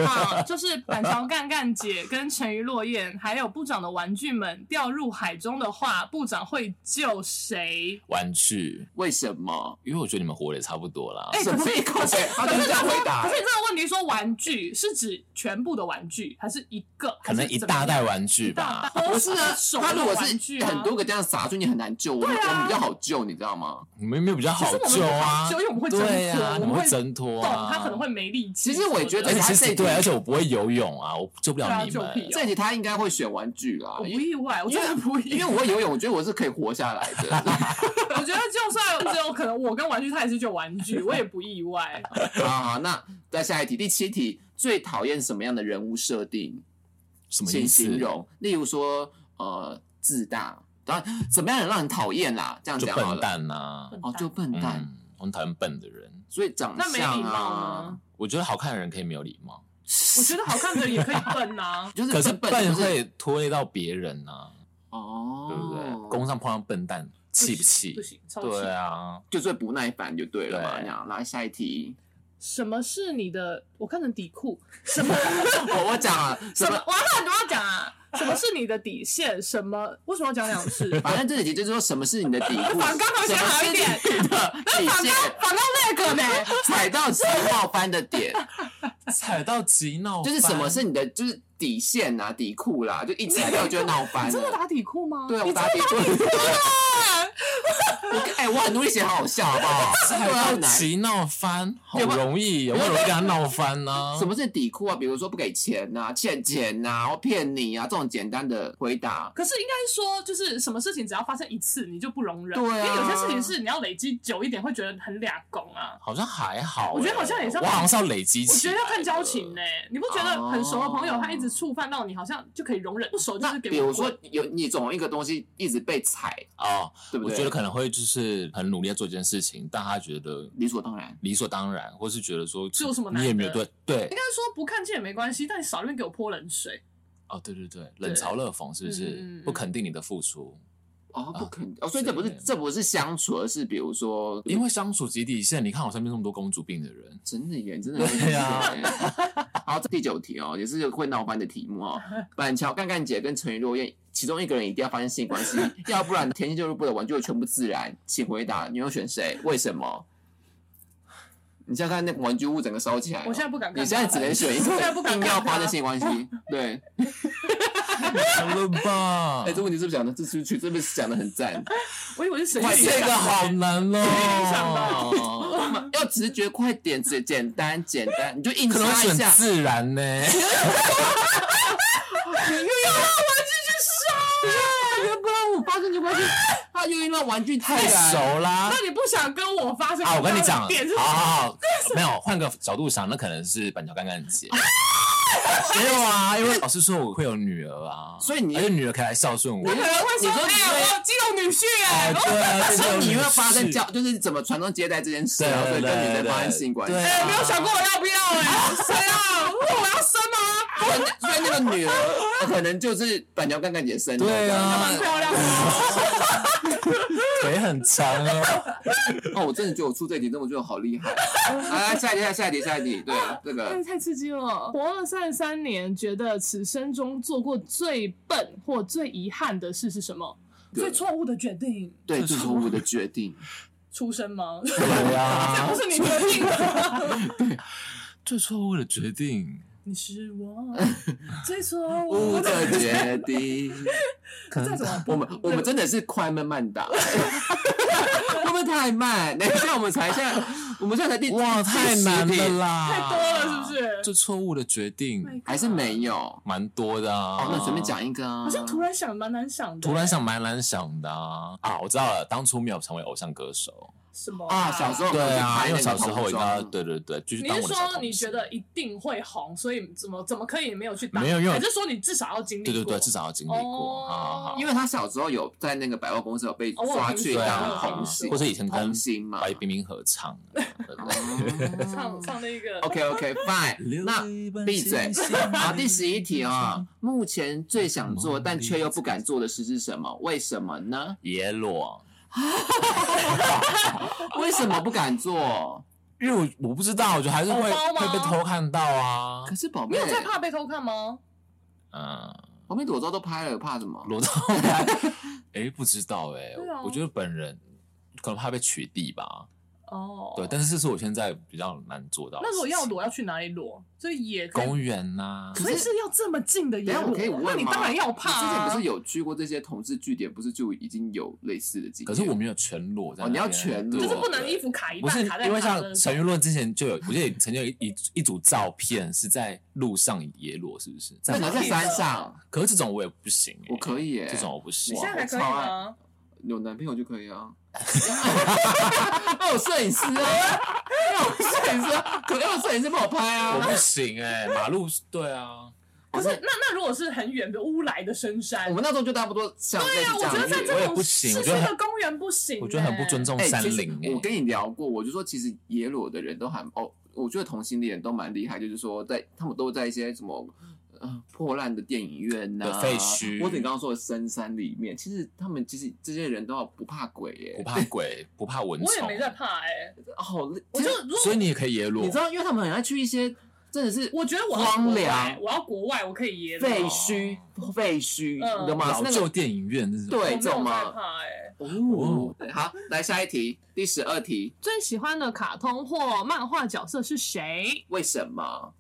C: 啊，就是板桥干干姐跟沉鱼落雁，还有部长的玩具们掉入海中的话，部长会救谁？
B: 玩具，
A: 为什 么？
B: 因为我觉得你们活的也差不多啦。
A: 什么一口水？他就是这样回答
C: 哎可是。这个问题说玩具是指全部的玩具，还是一个？
B: 可能
C: 还是
B: 一
C: 怎么样
B: 大袋玩具吧，
C: 不
A: 不是啊，他如果
C: 玩具
A: 是
C: 啊
A: 很多个这样撒出，你很难救。我们我们比较好救，你知道吗？
B: 你们有没有比较好
C: 可是
B: 救
C: 我们
B: 啊
C: 好？救因为我们会挣
B: 对
C: 脱我
B: 呀，
C: 们
B: 你
C: 会
B: 会挣脱
C: 懂，
B: 啊。
C: 他可能会没力气。
A: 其实我也觉得
B: 而且其
A: 这一
B: 实
A: 题
B: 对，而且我不会游泳啊，我救不了你
C: 对啊救
B: 们
C: 屁。
A: 这题他应该会选玩具啦
C: 我，不
A: 因为
C: 意外，我真的不意
A: 因为
C: 外。
A: 我会游泳，我觉得我是可以活下来 的。
C: 我觉得就算只有可能我跟玩具，他也是就玩具，我也不意外。
A: 好好，那再下一题，第七题，最讨厌什么样的人物设定？
B: 什么意
A: 请
B: 思？
A: 形容，例如说呃自大，当然怎么样的人让人讨厌啦？这样
B: 就
A: 讲好
B: 笨
A: 了，
B: 蛋啊呐。
A: 哦，就笨蛋，
B: 嗯，我很讨厌笨的人。
A: 所以长
C: 那没礼
A: 相
C: 貌
A: 啊
C: 呢，？
B: 我觉得好看的人可以没有礼貌，
C: 我觉得好看的人也可以 笨啊。
A: 就是
B: 可是
A: 笨就
B: 笨
A: 是
B: 会拖累到别人呐、
A: 哦，
B: 对不对？工上碰到笨蛋，气不气
C: 不？行，超气
B: 对。啊，
A: 就是不耐烦就对了嘛。
B: 对
A: 这样，来下一题，
C: 什么是你的？我看成底裤。什么？
A: 我我讲啊，
C: 什
A: 什
C: 么
A: 么？？
C: 我要你要讲啊！ 什么是你的底线？什么？为什么要讲两 次？
A: 反正这里题就是说什么是你的底裤，
C: 反刚好
A: 什
C: 像
A: 么
C: 好
A: 是
C: 一
A: 你
C: 点
A: 的底线，
C: 反刚那个 呢？
A: 踩到鸡闹翻的点，
B: 踩到急闹，
A: 就是什么是？你的，就是底线啊、底裤啦，就一踩到就会闹翻
C: 你真的
A: 了。
C: 打底裤吗？
A: 对，啊
C: 你
A: 我
C: 真
A: 打底裤。 我哎，我很努力写，好笑，好不好？对啊，
B: 好
A: 很难。
B: 奇闹翻，好
A: 有没有
B: 容易，有没有容易跟他闹翻呢、
A: 什么是底裤啊？比如说不给钱呐、欠钱呐、或骗你啊，这种简单的回答。
C: 可是应该说，就是什么事情只要发生一次，你就不容忍。
A: 对啊
C: 因为有些事情是你要累积久一点，会觉得很俩公啊。
B: 好像还好欸、
C: 我觉得好像也是要
B: 我
C: 看
B: 好像是要累积
C: 我
B: 起
C: 觉
B: 来
C: 得
B: 的。
C: 要看交情欸呢、你不觉得很熟的朋友，
A: 哦
C: 他一直触犯到你，好像就可以容忍；不熟就
A: 那
C: 是给
A: 比
C: 我
A: 如
C: 滚
A: 说有你总有一个东西一直被踩，
B: 哦，
A: 对不
B: 我
A: 对？
B: 觉得可能会就是很努力在做一件事情，但他觉得
A: 理所当然。
B: 理所当然，或是觉得说
C: 这有什么难
B: 你也没有
C: 的
B: 对对
C: 应该说不看见也没关系，但你少那边给我泼冷水，
B: 哦，对对对，冷嘲热讽是不
C: 嗯嗯
B: 是
C: 嗯
B: 不肯定你的付出？
A: 哦，不
B: 啊
A: 肯、哦，所以这不是
B: 是
A: 这不是相处，而是比如说，
B: 因为相处及底线，你看我身边这么多公主病的人，
A: 真的耶，真的
B: 对啊
A: 很好笑耶。好，这第九题哦，也是会闹翻的题目 哦。板桥干干姐跟陈雨若燕，其中一个人一定要发生性关 系，要不然甜心救肉部的玩就会全部自燃。请回答，你会选谁？为什么？你现在看那个玩具屋整个烧起来了，哦
C: 我现在不敢看
A: 你现在只能选一个，
C: 我现在不敢
A: 硬
C: 看啊
A: 要
C: 他
A: 发生性关系。 对，
B: 怎了吧？
A: 哎、这问题是不是讲的？这是这边是讲的很赞，
C: 我以为是神
A: 快
C: 经
A: 这
B: 这
C: 病
B: 个
C: 啊
B: 好难哦。
A: 要直觉快点，简简单简单，你就硬
B: 可能
A: 杀
B: 会
A: 一
B: 选
A: 下。
C: 啊
B: 自然呢、
A: 不啊要跟我发生性关系，他又因为玩具太
B: 太熟啦
C: 那。你不想跟我发生
B: 啊，我跟你讲，
C: 点是
B: 好好好，没有换个角度想，那可能是板桥干 干姐。没有啊，因为老师说我会有女儿啊，
A: 所以你
B: 而且女儿可以来孝顺我。
C: 可能会说，
A: 你说
C: 哎、
A: 你
C: 我有基隆女婿哎、
B: 哎，对啊，这
A: 哦所
B: 就
A: 以
B: 是
A: 你会发生
B: 女婿
A: 交，就是怎么传宗接代这件事，
B: 对
A: 然后所
B: 对
A: 以跟女
B: 对
A: 生
B: 对
A: 发生性关系。
B: 对
C: 哎
B: 啊
C: 没有想过我要不要哎、谁啊？问我要 生吗？
A: 所以那所以那个女儿可能就是板桥干干姐生的。
B: 对
A: 嗯
B: 啊
C: 蛮漂亮 的，
B: 腿很长哦。
A: 哦，我真的觉得我出这一题，真的觉得我好厉害。来，来下一题，下一题，下一题。对，这个
C: 但太刺激了。活了三十三年，觉得此生中做过最笨或最遗憾的事是什么？
A: 对
C: 最错误的决定，
A: 对，这是我的决定。
C: 出生吗？
B: 对
C: 这
B: 啊
C: 不，是你决定的。
B: 最错误的决定，
C: 你是我最错
A: 我
C: 误
A: 的
C: 的。
A: 决定。
B: 可
C: 这
B: 能
C: 怎么
A: 我们我们真的是快慢慢打， 会不会太慢？等一下我们才现在，我们现在才第
B: 哇，太难了，啦，
C: 太多了是不是
B: 最错误的决定
A: 还是没有？
B: 蛮多的啊。
A: 哦，那随便。讲一个啊。
C: 好像突然想蛮难想的。欸
B: 突然想蛮难想的啊啊！我知道了，当初没有成为偶像歌手，
C: 什么
A: 啊，小时候
B: 对啊，
A: 我
B: 因
A: 们
B: 为
A: 去拍那
B: 小
A: 个
B: 时候我应
A: 童
B: 该
A: 装
B: 对对对，继续
C: 你
B: 当
C: 是
B: 我的小
C: 说
B: 童
C: 你
B: 星
C: 觉得一定会红，所以怎么怎么可以没有去当？
B: 没有因为
C: 还是说你至少要经历
B: 对
C: 过？
B: 对对，至少要经历过，
C: 哦
B: 好好好
A: 因为他小时候有在那个百货公司有被
C: 哦我有
A: 抓去
C: 听说
B: 对
A: 当
B: 啊
C: 我有
A: 红
C: 听
A: 星，
C: 说
B: 或者以前跟
A: 红星嘛。
B: 白冰冰合唱啊，对不对
C: 唱唱那个
A: OK OK fine，那闭嘴。好，第十一题啊，目前最想做但却又不敢做的事是什么？为什么呢？
B: 野裸，
A: 为什么不敢做？
B: 因为我我不知道，我觉得还是会
C: 偶包吗
B: 会被偷看到啊
A: 可，是宝
C: 你
A: 贝
C: 有，在怕被偷看吗？
B: 嗯，
A: 宝贝裸照都拍了，怕什么？
B: 裸到拍，哎，不知道哎
C: 对啊，
B: 我觉得本人可能怕被取缔吧，
C: 哦，
B: 对，但是这是我现在比较难做到的事情。
C: 那如果要裸，要去哪里裸？所以也可以
B: 公园呐，
C: 所以是要这么近的
A: 等一
C: 野
A: 下
C: 裸
A: 我可以问吗？
C: 那你当然要怕
A: 你之前
C: 啊。
A: 不是有去过这些同志据点，不是就已经有类似的经验？
B: 可是我没有全裸在
A: 哦
B: 那边，
A: 你要全裸
C: 就是不能衣服卡一
B: 不
C: 半
B: 是，
C: 卡在
B: 因为
C: 卡
B: 像
C: 的
B: 陈玉论之前就有，我记得曾经有一一一组照片是在路上野裸，是不是？在
A: 那你要在山上，
B: 可是这种我也不行、欸，
A: 我可以耶。
B: 这种我不行
C: 你现。在还可以
A: 我超爱
C: 吗？
A: 有男朋友就可以啊。 那有摄影师啊，那有摄影师啊，可能有摄影师帮我拍
B: 我
A: 啊。
B: 不行哎、马路对啊，
C: 可是那那如果是很远，比如乌来的深山
A: 我，们那时候就差不多像类
C: 对
A: 似这
C: 啊，我
A: 样
C: 觉得在
A: 子。
C: 这
B: 我也
C: 种
B: 不行
C: 市
B: 我
C: 区
B: 觉得
C: 的
B: 很
C: 公园不行欸，
B: 我觉得很不尊重
A: 哎，
B: 山
A: 其实
B: 林哎、
A: 我跟你聊过，我就说其实野裸的人都还哦，我觉得同性恋都蛮厉害，就是说在他们都在一些什么。呃，破烂的电影院呐、
B: 对废墟
A: 或者你刚刚说的深山里面，其实他们其实这些人都好不怕鬼欸耶、
B: 不怕鬼，不怕蚊
C: 我也
B: 虫，
C: 没在怕哎，
A: 好累，
C: 我就如
B: 啊所
C: 果
B: 以你也可以野裸
A: 哦你知。道，因为他们很爱去一些真的是
C: 我觉得我要
A: 荒
C: 国
A: 凉
C: 外，我要国外，我可以野裸，
A: 废墟、废墟，
C: 哦嗯
A: 你懂吗？
B: 老
A: 是那
B: 旧
A: 个
B: 电影院这种，
A: 对
C: 我没
A: 这种
C: 有害
A: 吗？
C: 怕哎。
A: 哦，对好，来下一题，第十二题，
C: 最喜欢的卡通或漫画角色是谁？
A: 为什么？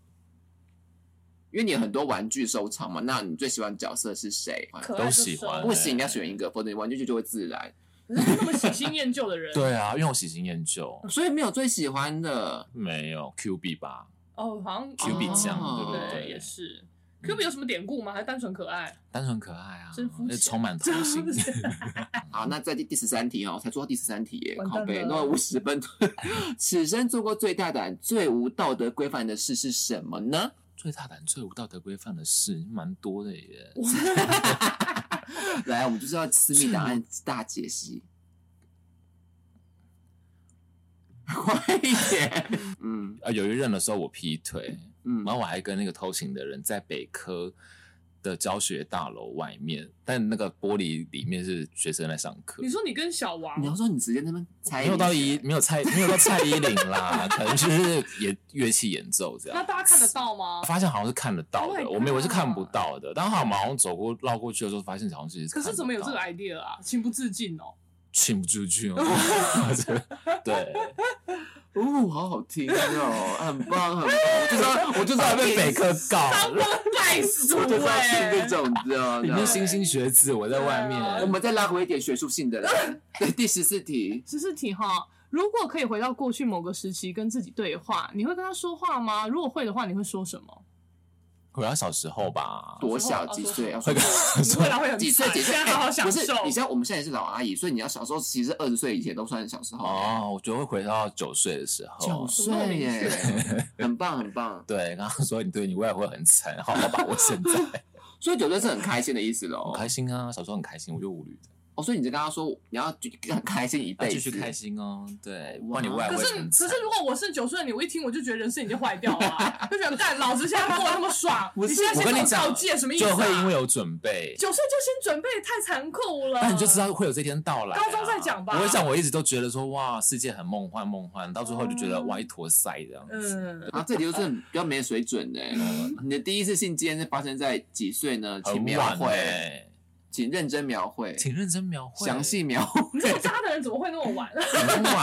A: 因为你有很多玩具收藏嘛，那你最喜欢角色是谁？
C: 可
B: 都
C: 爱就
B: 喜
C: 收
B: 欢欸
A: 不行，你要选一个，否则你玩具就就会自燃。
C: 可是那么喜新厌旧的 人，
B: 对啊，因为我喜新厌旧，
C: 嗯
A: 所以没有最喜欢的，
B: 没有 Q B 吧
C: 哦，好像
B: ，Q B
A: 哦
B: 酱，
A: 哦
B: 对不
C: 对
B: 对？
C: 也是。Q B 有什么典故吗？还是单纯可爱？
B: 单纯可爱啊，
C: 真肤
B: 而且
C: 浅
B: 充 满童心。
A: 好，那在第第十三题哦，才做到第十三题耶，
C: 完蛋
A: 靠背
C: 了
A: 那五十分。 此生做过最大胆、最无道德规范的事是什么呢？
B: 最大胆、最无道德规范的事，蛮多的耶。
A: 来，我们就是要私密答案大解析， 快一点。嗯
B: 啊，有一任的时候我劈腿，
A: 嗯
B: 然，后我还跟那个偷情的人在北科的教学大楼外面，但那个玻璃里面是学生在上课
C: 你。说你跟小王
A: 你要说你直接那边猜
B: 没有到一
A: 一，
B: 没有蔡没有到蔡依林啦，可能就是演乐器演奏这
C: 那
B: 样。
C: 大家看得到吗？
B: 发现好像是看得到
C: Oh
B: 的，
C: my
B: 我们以为是
C: God
B: 看不到的，但后来好像走过绕过去的时候，发现好像其实
C: 可是怎么有这个
B: 癌
C: idea 啊？情不自 禁哦。
B: 请不出去哦？ 对，
A: 哦，好好听哦， 很棒很棒，我就知 道我就知道
B: 被北
A: 科，
B: 科告，
C: 败诉
A: 我就知道是
C: 哎，
A: 这种的，
B: 里面星星学子，我在外面。
A: 我
C: 啊
A: 们再拉回一点学术性的来。对，第十四题，
C: 十四题哈，如果可以回到过去某个时期跟自己对话，你会跟他说话吗？如果会的话，你会说什么？哦
B: 我要小时候吧，
A: 多小几岁啊？
B: 会跟
C: 未来会很
A: 几岁？几岁？
C: 现在好好
A: 哎
C: 享
A: 不是
C: 受。，
A: 你像我们现在也是老阿姨，所以你要小时候，其实二十岁以前都算小时候。
B: 哦，我觉得会回到九岁的时
A: 九
B: 候。
A: 岁耶，很棒很棒。
B: 对，刚刚说你对你未来会很惨，好好把握现在。
A: 所以九岁是很开心的意思
B: 很
A: 喽。
B: 开心啊，小时候很开心，我就无虑的，
A: 哦，所以你就跟他说你要很开心一
B: 要
A: 辈子，
B: 继续开心哦。对，不
A: 哇
B: 然你未来
C: 可
B: 会
C: 是，
B: 很
C: 可
B: 惨。
C: 是，如果我是九岁的你，我一听我就觉得人生已经坏掉了啊、就觉得干，老子现在过得那么爽，
A: 不是
C: 你现在
B: 我
C: 先
B: 跟
C: 跟
B: 你
C: 我告
B: 讲，
C: 诫什么意思、啊？
B: 就会因为有准备，
C: 九岁就先准备，太残酷了。
B: 那你就知道会有这天到来啊。
C: 高中再讲吧
B: 我会讲，我一直都觉得说，哇，世界很梦幻，梦幻，到最后就觉得
C: 嗯
B: 哇，一坨塞这样子。
C: 嗯，
A: 啊，这里就是比较没水 准呢。你的第一次性经验是发生在几岁呢？请
B: 嗯很
A: 描
B: 晚
A: 绘，
B: 欸，
A: 请认真描绘，
B: 请认真描绘，啊
A: 详细描绘。
C: 你这么渣的人怎么会那么晚？
B: 很晚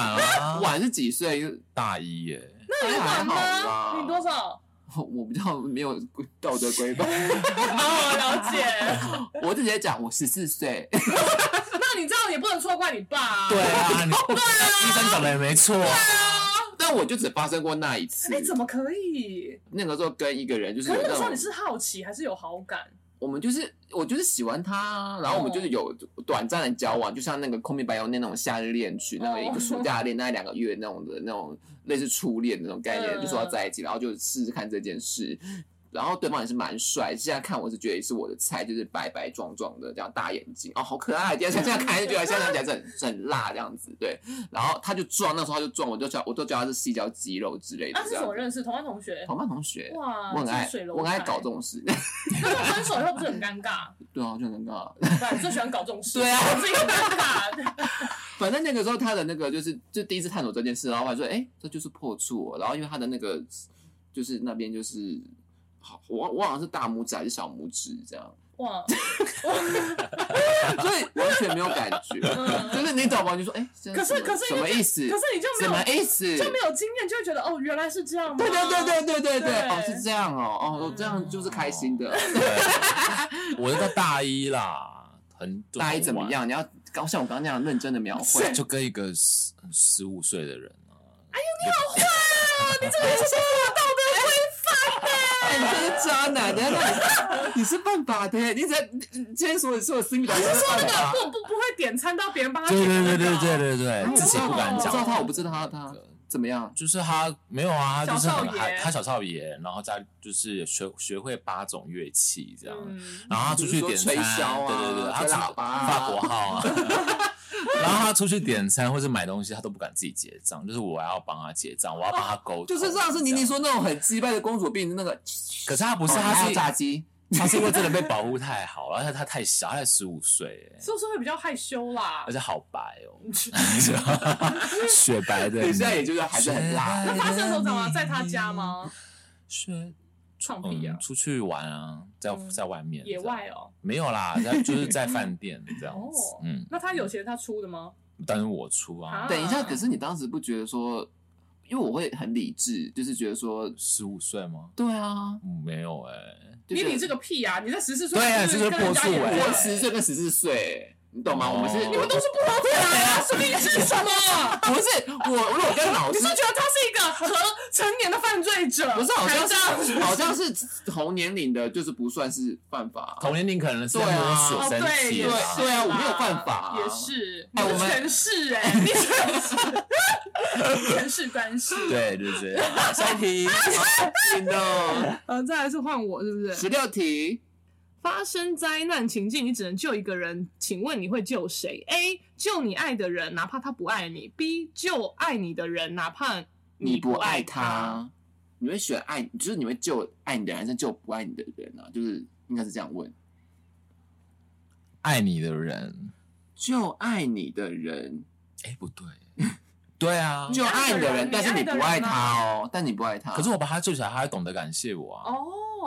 B: 啊，
A: 晚是几岁？
B: 大一 耶，
A: 那也还
C: 晚
A: 好啦。
C: 吗？你多？少？
A: 我比较没有道德规范，
C: 哦，了解。
A: 我就直接讲我十四岁。
C: 那你这样也不能错怪你爸、啊。
B: 对啊，你 医生讲的也没 错，
A: 但我就只发生过那一次。
C: 哎、怎么可以？
A: 那个时候跟一个人就是
C: 可
A: 有
C: 是那个时候
A: 那
C: 你
A: 种，
C: 是好奇还是有好感？
A: 我们就是我就是喜欢他，啊然后我
C: 嗯
A: 们就是有短暂的交往，就像那个《空明白油》那种夏日恋曲，那个一个
C: 哦
A: 暑假恋，那两个月那种的那种类似初恋那种概念，
C: 嗯
A: 就说要在一起，然后就试试看这件事。然后对方也是蛮帅，现在看我是觉得也是我的菜，就是白白壮壮的，这样大眼睛，哦，好可爱！现在现在看就觉得现在想起来是很是很辣这样子，对。然后他就壮，那时候他就壮，我就叫我都叫他是细胶肌肉之类的
C: 啊，是
A: 这
C: 怎么
A: 样。
C: 认识？同班同学。
A: 同班同学，
C: 哇，
A: 我很爱
C: 近水，楼
A: 我很爱
C: 台
A: 搞这。种事。
C: 那时候分手以后不是很尴尬？
A: 对啊，就很尴尬。
C: 对，你最喜欢搞这种事。
A: 对啊
C: 我自己很尴尬。
A: 反正那个时候他的那个就是就第一次探索这件事，然后我还说，哎、这就是破处哦、然后因为他的那个就是那边就是好，我忘我好像是大拇指还是小拇指这样，
C: 哇，
A: 所以完全没有感觉，
C: 嗯
A: 就是你懂吗？你就说，哎、这
C: 可是
A: 什么
C: 可是
A: 什么意思？
C: 可是你就
A: 什
C: 没有
A: 么意思？
C: 就没有经验，就会觉得哦，原来是这样吗？
A: 哎对对对对对对对，
C: 对嗯
A: 哦是这样哦，哦这样就是开心的。
B: 对我是到大一啦，很
A: 大一怎么？样？你要刚像我刚刚那样认真的描绘，
B: 就跟一个十十五岁的人啊，
A: 哎，你这是渣男，等一下你你是犯法的，你在你你今天所有所有私密的，你是
C: 说
A: 犯
C: 那
A: 法
C: 个不不不会点餐到别人帮他
B: 对对
C: 点那
B: 对
C: 个啊
B: 对对对对，之前不敢
A: 我知道
B: 讲，
A: 他，我不知道他，他怎么样？
B: 就是他没有啊，他就是
C: 小少
B: 很
C: 爷
B: 嗨，他小少爷，然后家就是学学会八种乐器这样，
C: 嗯，
B: 然后他出去
A: 比如
B: 点
A: 说吹
B: 餐，
A: 箫啊
B: 对对对，他
A: 吹
B: 出
A: 喇叭啊
B: 法国号啊， 然后他出去点餐或是买东西，他都不敢自己结账，就是我要帮他结账，我要帮他沟
A: 就
B: 通，
A: 是上次妮妮说
B: 这样，
A: 那种很击败的公主病，那个
B: 可是他不是，
A: 哦还
B: 他
A: 有
B: 是
A: 炸鸡，
B: 他是因为真的被保护太好了，而且他太小，他才十五岁，哎
C: 是不是会比较害羞啦嗯
B: 而？且好白哦， 雪白的你，
A: 你现在也就是还是很辣
B: 雪
C: 那
B: 白的
C: 发生的时候怎么了
B: 你
C: 在他家？吗？
B: 雪
C: 创屁啊
B: 嗯，，出去玩啊，在
C: 嗯
B: 在外面
C: 野
B: 这
C: 外
B: 样
C: 哦。
B: 没有啦，在就是在饭店这 样子
C: 哦，
B: 嗯，
C: 那他有钱他出的吗？
B: 但是我出啊
C: 啊，
A: 等一下，可是你当时不觉得说？因为我会很理智，就是觉得说，
B: 十五岁吗？
A: 对啊，
B: 嗯，没有哎、
A: 就
C: 你
A: 觉得
C: 理这个屁呀、你在十四岁
B: 对啊
C: 就是
B: 这是
C: 跟人家
B: 破处
C: 演
B: 哎
A: 我
C: 过
A: 十岁跟十四岁，你懂吗？
B: 哦
A: 我们是
B: 你们
A: 都是不合
C: 对啊，所以是什么？
A: 不是我，如果跟老
C: 你
A: 师
C: 是。觉得他是一个和成年的犯罪者？
A: 不是，啊好像是
C: 还
A: 好像是同年龄的，就是不算是犯法。
B: 同年龄可能是在
A: 对啊
B: 摸索
C: 哦，
B: 身
C: 对
B: 体
C: 也
A: 对
C: 是啦
A: 对啊我没有办法啊
C: 也是，
A: 哎
C: 你
A: 我们
C: 全是哎，你全是，你全是关 系。
B: 对对对，下一题，
A: 真的，
C: 呃，再来是换我，是不是？
A: 十六题，
C: 发生灾难情境，你只能救一个人，请问你会救谁？A. 救你爱的人，哪怕他不爱你；B. 救爱你的人，哪怕
A: 你不
C: 不
A: 爱
C: 他。
A: 他，你会选爱，就是你会救爱你的人，还是救不爱你的人啊？就是应该是这样问，
B: 爱你的人，
A: 救爱你的人，
B: 哎、不对，对啊，
A: 救爱你的人，
C: 你
A: 但
C: 爱的人
A: 是你不爱他哦，但你不爱他，
B: 可是我把他救起来，他还懂得感谢我啊。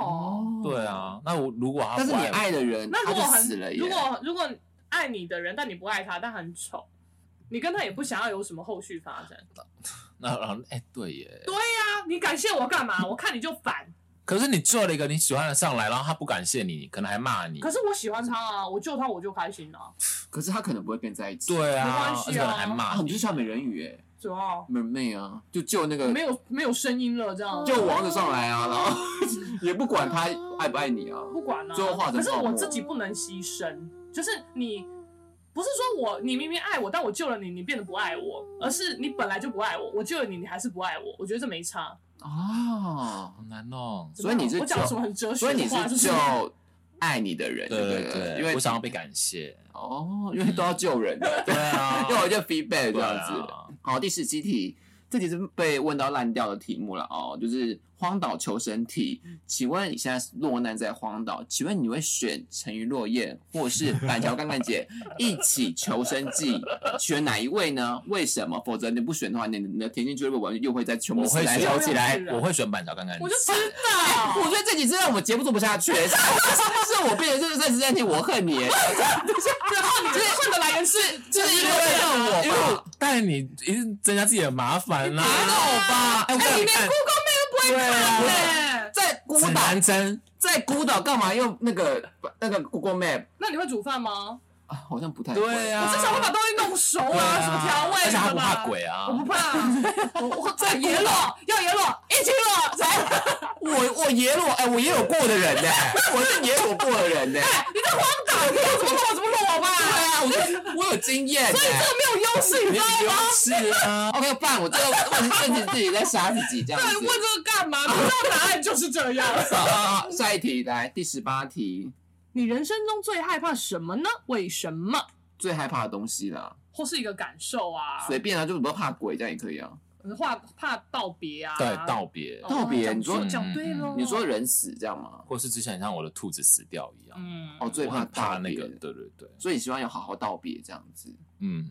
C: 哦，
B: 对啊，那我如果他
A: 但是
B: 不
A: 你
B: 爱
A: 爱的人，
C: 那如果
A: 他就
C: 很
A: 死了耶
C: 如。果如果爱你的人，但你不爱他，但很丑，你跟他也不想要有什么后续发展。
B: 我，那然后哎、对耶，
C: 对啊，你感谢我干嘛？我看你就烦。
B: 可是你救了一个你喜欢的上来，然后他不感谢你，可能还骂你。
C: 可是我喜欢他啊，我救他我就开心啊，
A: 可是他可能不会跟你在一起。
B: 对
C: 没
B: 啊，
C: 关系啊
B: 而且可能还
A: 啊，
B: 骂
A: 很
B: 你。
A: 就像美人鱼哎，
C: 主要
A: 美妹啊，就救那个
C: 没有没有声音了，这样
A: 救王子上来啊，然后 也不管他爱不爱你啊。
C: 不管了、
A: 最后化成
C: 可是
A: 泡沫
C: 我自己不能牺牲，就是你不是说我你明明爱我，但我救了你，你变得不爱我，而是你本来就不爱我，我救了你，你还是不爱我，我觉得这没差。
A: 哦，
B: 好难哦，
A: 所以你是
C: 我讲
A: 救
C: 什么很哲学
A: 所以你
C: 的话，
A: 是
C: 就是
A: 救爱你的人，
B: 对
A: 不
B: 对，
A: 因为
B: 我想要被感谢。
A: 哦，因为都要救 人 的，
B: 对啊，
A: 要有一个 feedback 这
B: 对
A: 样
B: 啊
A: 子。好，第十七题，这题是被问到烂掉的题目了哦，就是荒岛求生题。请问你现在是落难在荒岛，请问你会选沉鱼落雁或是板桥干干姐一起求生记，选哪一位呢？为什么？否则你不选的话，你你的田径俱乐部完又会再全部
B: 我
A: 死
B: 会
A: 来
B: 选
A: 挑起来。
B: 我会选板桥看看。
C: 我就知 道，
A: 我觉得这几次让我们节目做不下去，是是我变成这这十三题，我恨你。
C: 然后你的恨的来源是
A: 这是因为
B: 因为
A: 恨
B: 因为
A: 我吧
B: 我？但你一定增加自己的麻烦啦。
A: 没有吧？哎，我
C: 哎，
A: 跟
C: 你
A: 你
C: 连
A: 看
C: Google
B: 对啊，
C: Map，
A: 在孤
B: 指
A: 岛，
B: 南针
A: 在孤岛干嘛用那个那个 Google Map
C: 那你会煮饭吗？
A: 啊？好像不太会
B: 对啊，
C: 我至少会把东西弄熟
B: 对
C: 啊，
B: 啊
C: 什么调味
B: 而且
C: 什么
B: 他
C: 的
B: 不
C: 吧
B: 怕。鬼啊
C: 我，不怕，我我在野裸要野裸一起裸，
A: 我我也有哎，我也有过的人 呢，我是也有过的人呢。
C: 哎你在荒岛，你要怎么弄我怎么弄我吧。
A: 对啊，我是我有经验
C: 所以这
A: 的。
C: 个没有优势，你
B: 你
C: 知道
B: 有
C: 吗？
B: 是啊，
A: OK，棒！我这个问问题自己在杀自己这样
C: 对，
A: 子
C: 问。这个干嘛？你知道答案就是这样。
A: 好好好，下一题来第十八题，
C: 你人生中最害怕什么呢？为什么？
A: 最害怕的东西啦，
C: 或是一个感受啊？
A: 随便啊，就不要怕鬼这样也可以啊。
C: 怕怕道 别啊？
B: 对，道别
C: 哦
A: 道别你说嗯
C: 讲对喽？
A: 你说人死这样吗？
B: 或是之前像我的兔子死掉一样，
C: 嗯，
A: 哦，最
B: 我很
A: 道
B: 怕
A: 别
B: 那个，对对对，
A: 所以你希望有好好道别这样子。
B: 嗯，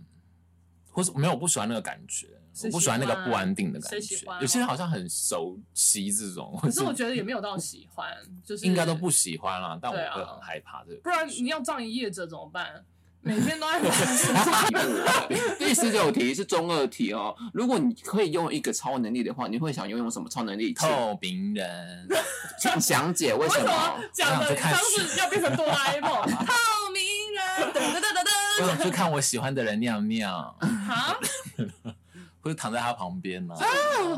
B: 或是没有，我不喜欢那个感觉，
C: 谁
B: 我不喜欢那个不安定的
C: 谁
B: 感
C: 喜
B: 觉
C: 欢啊。
B: 有些人好像很熟悉这种，
C: 可是我觉得也没有到喜欢，就是
B: 应该都不喜欢啦，但我
C: 对啊
B: 会很害怕这个。
C: 不然你要葬一夜者怎么办？每天都在
A: 第十九题是中二题哦。如果你可以拥有一个超能力的话，你会想拥有什么超能力？请
B: 透明人，
A: 请详解为
C: 为
A: 什
C: 什么
A: 么？
C: 讲的
B: 我想去看
C: 像是要变成哆啦 A 梦？透明人，啊噔噔噔
B: 我
C: 噔
B: 想去看我喜欢的人尿尿，
A: 嗯
C: 噔，哈，
B: 或者躺在他旁边呢、
A: 啊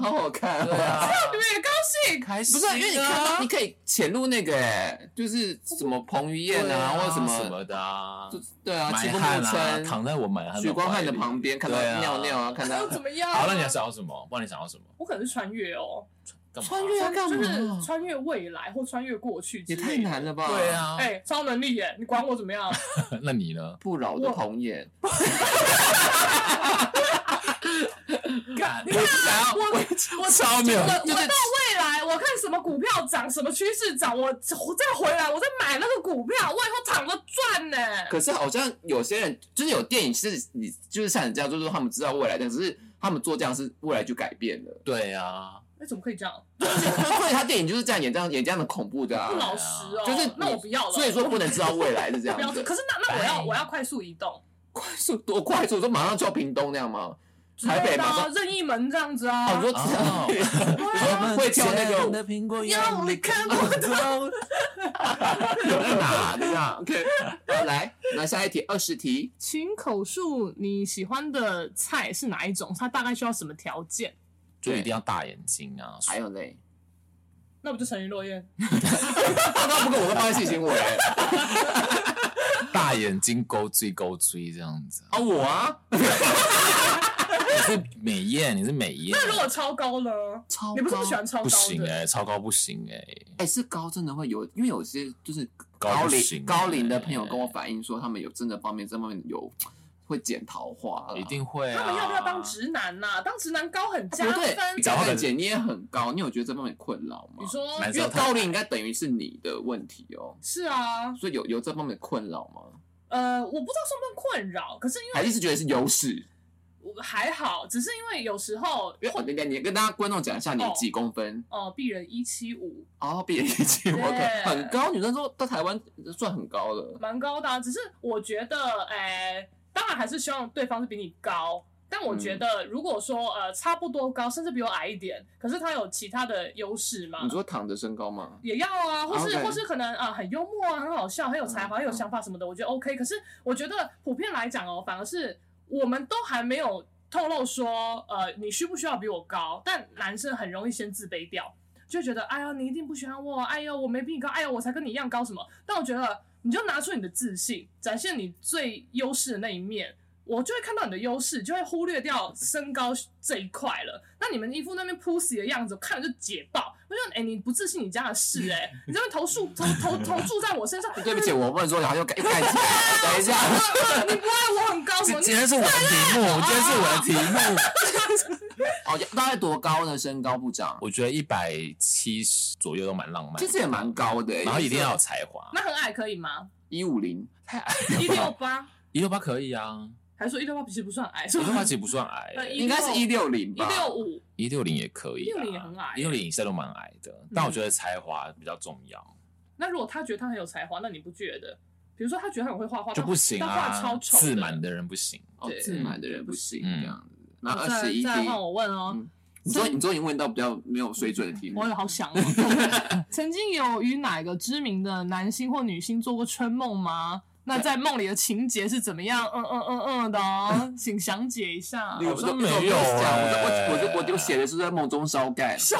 A: 好好看
B: 对
A: 哦。
B: 啊，
C: 你们也高兴？
B: 开心、啊
A: 不是，因为你看到你可以潜入那个，哎，就是什么彭于晏
B: 对
A: 啊，
B: 啊，
A: 或者什
B: 什
A: 么，
B: 么的啊，
A: 就对啊，
B: 满
A: 七公
B: 汉啊，
A: 分
B: 躺在我满汉
A: 许光汉的旁
B: 边。
A: 边，看到
B: 对啊
A: 尿尿啊，看到
C: 又怎么样？
B: 好，那你还想要什么？不然你想要什么？
C: 我可能是穿越哦，
B: 干嘛？
A: 穿越啊，干
C: 就是
A: 嘛？
C: 穿越未来或穿越过去，
A: 也太难。了吧？
B: 对，啊，
C: 哎，超能力耶！你管我怎 么样？
B: 那你呢？
A: 不老的彭眼，
B: 干
A: 我想要
C: 我我
B: 超没有
C: 我我
A: 就是
C: 到未来，我看什么股票涨，什么趋势涨，我我再回来，我再买那个股票，我以后躺着赚呢。
A: 可是好像有些人就是有电影是你就是像你这样，就是说他们知道未来，但是他们做这样是未来就改变了。
B: 对啊，
C: 那哎怎么可以这样？
A: 所以他电影就是这样演这样演这样的恐怖的
C: 不
A: 啊
C: 老，实哦，
A: 就是
C: 那我不要了。
A: 所以说不能知道未来是这
C: 我不要
A: 样
C: 做。
A: 的。
C: 可是那那我要
B: 哎
C: 我要快速移动，
A: 快速多快速，说马上就要屏东那样吗？台北嘛
C: 啊，任意门这样子啊。
A: 我说
B: 哦，
A: 会跳那个
B: 的苹果
A: 让你看不
B: 到。
A: 有在哪？对吧？OK，好，来，那下一题，二十题，
C: 请口述你喜欢的菜是哪一种，它大概需要什么条件？
B: 就一定要大眼睛啊！
A: 还有嘞，
C: 那不就沉鱼落雁？
A: 嗯刚刚啊不过我都帮他进行我嘞，
B: 大眼睛勾追勾追这样子。
A: 啊，我啊，
B: 你是美艳，你是美艳。
C: 那如果超高呢？
A: 超
C: 你不是不喜
A: 高欸
C: 欢超高的？
B: 不行哎、超高不行哎、
A: 哎、是高真的会有，因为有些就是
B: 高
A: 高
B: 不
A: 龄
B: 行
A: 高
B: 欸
A: 龄的朋友跟我反映说，他们有真的方面这方面有会剪桃花啦，
B: 一定会、啊。
C: 他们要不要当？直男呐、当直男高很加
A: 啊不对
C: 分。。
A: 讲
B: 讲话
A: 话
B: 很
A: 剪你也很高，你有觉得这方面困扰吗
C: 你？说
B: 男
A: 因
B: 生
A: 为高龄应该等于是你的问题哦，
C: 是啊，
A: 所以有有这方面的困扰吗？
C: 呃，我不知道算不算困扰，可是因
A: 还
C: 为
A: 是是觉得是优势？
C: 我还好，只是因为有时候
A: 因为我你你跟大家观众讲一下，你
C: 哦
A: 几公分？
C: 哦，鄙人一七五，
A: 哦，毕业一级我
C: 对
A: 可很高，女生说在台湾算很高了。
C: 蛮高的啊、只是我觉得，哎、当然还是希望对方是比你高。但我
A: 嗯
C: 觉得，如果说呃差不多高，甚至比我矮一点，可是他有其他的优势嘛
A: 你，说躺着身高吗？
C: 也要啊，或是
A: OK
C: 或是可能啊、很幽默啊，很好笑，很有才华，
A: 嗯
C: 很有想法什么的，我觉得 OK。可是我觉得普遍来讲哦，反而是我们都还没有透露说，呃，你需不需要比我高？但男生很容易先自卑掉，就觉得哎呀，你一定不喜欢我，哎呦，我没比你高，哎呦，我才跟你一样高什么？但我觉得你就拿出你的自信，展现你最优势的那一面。我就会看到你的优势，就会忽略掉身高这一块了。那你们一副那边 pussy 的样子，我看了就解爆。我就哎、你不自信你家的事哎、你这边投诉投投投注在我 身上，
A: 对不起，我不能说，然后又盖 盖起来。等一下，
C: 啊你不爱我很高什 么？
B: 今天是我的题 目，今天是我的题目。
A: 哦，大概多高呢？身高部长，
B: 我觉得一百七十左右都蛮浪漫的，
A: 其实也蛮高的欸，
B: 然后一定要有才华。
C: 那很矮可以吗？
A: 一五零，
C: 一六八，
B: 一六八可以 啊，
C: 还说一六八其实不算矮，
B: 一
C: 是
B: 六八
C: 吧？
B: 其实不算矮、欸
C: 呃
A: 应该是一六零
C: 一
A: 吧？
C: 六五，
B: 一六零也可以、啊，
C: 160也很矮欸
B: 一六零以下都蛮矮的。但我觉得才华比较重要，
C: 那如果他觉得他很有才华，那你不觉得？比如说他觉得他很会画画，
B: 就
C: 但
B: 不行
C: 但画
B: 啊
C: 超，丑的，
B: 自满的人不行。
A: 哦
C: 对，哦
A: 自满的人不行
B: 嗯
A: 这样子。那
C: 好
A: 二
C: 再
A: 十一题
C: 再，换我问哦。
A: 嗯你说你终于问到比较没有水准的题目
C: 我，也好想 哦。曾经有与哪个知名的男星或女星做过春梦吗？那在梦里的情节是怎么样？嗯嗯嗯嗯的哦，请详解一下
A: 你。
B: 好像没有
A: 我就讲，
B: 欸
A: 我就我就我就写的是在梦中烧盖，
C: 为什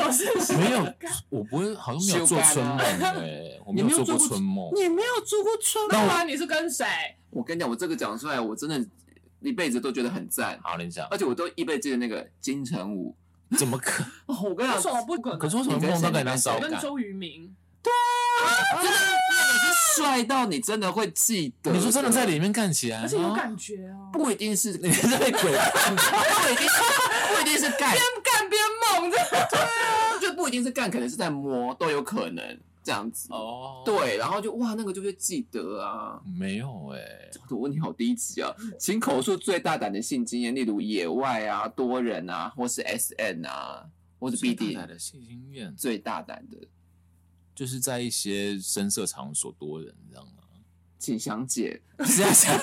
C: 么 是
B: 没有，我不会，好像没有做春梦 哎、我没有做过春梦。
C: 你没有做过春梦吗？你是跟谁？
A: 我跟你讲，我这个讲出来，我真的一辈子都觉得很赞，
B: 好，你讲
A: 而，且我都一辈子记得那个金城武。
B: 怎么 可？
A: 哦，我跟你
C: 为
A: 讲，
C: 什么不可能？
B: 可是为什么梦到跟人家烧
C: 我
B: 干
C: 跟？周渝民，
A: 帅到你真的会记得。
B: 你说真的在里面干起来？
C: 而且有
B: 啊
C: 感觉哦，
A: 不一定是，不
B: 你是被 鬼干吧？
A: 一定不一定是 干，
C: 干边梦这
A: 就不一定是干，可能是在摸都有可能这样子。
B: 哦，，
A: 对，然后就哇，那个就会记得啊。
B: 没有哎、
A: 我的问题好低级啊！请口述最大胆的性经验，例如野外啊、多人啊，或是 S N 啊，或是 B
B: 最
A: D
B: 大的性经验，
A: 最大胆的，
B: 就是在一些深色场所多人这样啊。
A: 请详解。
B: 只要想，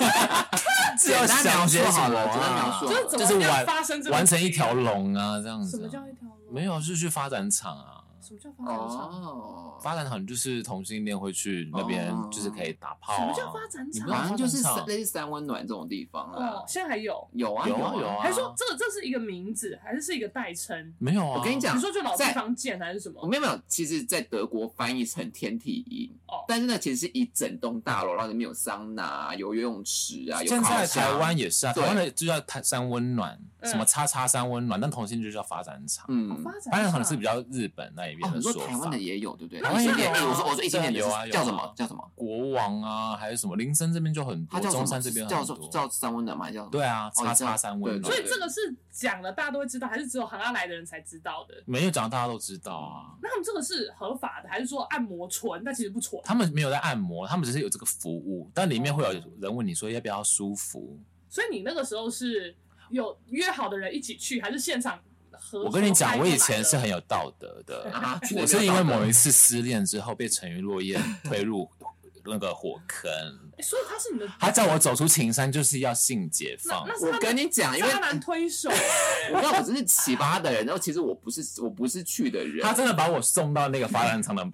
B: 只要想
A: 简单描述好了
B: 什么啊
A: 简单描述
C: 就是怎
B: 就
C: 么
B: 是
C: 这样
B: 完
C: 发 生这个
B: 完成一条？龙啊，这样子啊。
C: 什么叫一条龙？
B: 没有，就是去发展场啊。
C: 什么叫发展场？
A: 哦，
B: 发展场就是同性恋会去那边
A: 哦，
B: 就是可以打炮啊。
C: 什么叫发展
B: 你
C: 场
B: 不要
A: 反正就是
B: 发展
A: 三
B: 场
A: 类似三温暖这种地方啦
C: 哦，。现在还有，
A: 有啊
B: 有啊
A: 啊
B: 有啊
C: 还说这这是一个名字，还是是一个代称？
B: 没有啊？
A: 我跟你讲
C: 你说就老地
A: 在
C: 方见还是什么
A: 哦
B: 嗯
A: 我？没有没有，其实，在德国翻译成天体营，
C: 哦
A: 但是呢，其实是一整栋大楼，然后里面有桑拿啊、有游泳池啊，有
B: 现
A: 烤
B: 在
A: 箱
B: 台湾，也是啊，
A: 对
B: 台湾的就叫台山温暖，
C: 嗯
B: 什么叉叉山温暖，但同性就叫发展场。
C: 哦
A: 嗯，
C: 发展
B: 发展
C: 场
B: 场是比较日本那一
A: 哦，
B: 边的
A: 你说
B: 说
A: 台湾
B: 法
A: 的。也有对不对？
C: 那
A: 台湾一
C: 现在
A: 点，哎
C: 有啊
A: 我说我说一点点的
B: 有啊有啊
A: 是叫什么叫什么？
B: 国王啊，还有什么林森这边就很
A: 它
B: 多，
A: 叫什
B: 中
A: 么
B: 山这？边
A: 叫
B: 很
A: 什
B: 多
A: 么。叫三温暖吗？叫什么
B: 对啊，
A: 哦
B: 叉叉
A: 叫
B: 山温
A: 对
B: 暖
C: 所以。这个是讲了大家都会知道，还是只有行阿来的人才知道的？
B: 没有讲，大家都知道啊。
C: 那他们这个是合法的，还是说按摩纯？但其实不纯。
B: 他们没有在按摩，他们只是有这个服务，但里面会有人问你说要不要舒服。
C: 所以你那个时候是有约好的人一起去，还是现场合？
B: 我跟你讲，
C: 合拍
B: 我以
C: 出来
B: 前
C: 的
B: 是很有道德的，
A: 啊，
B: 我是因为某一
A: 次
B: 次失恋之后被沉鱼落雁推入那个火坑，
C: 欸所以他是你的，
B: 他叫我走出情山就是要性解放
C: 那。那是
A: 我
C: 他
A: 跟
C: 的
A: 你讲，因为
C: 渣男 推手，
A: 我知道我只是奇葩的人，然后其实我不是我不是去的人，
B: 他真的把我送到那个发展厂的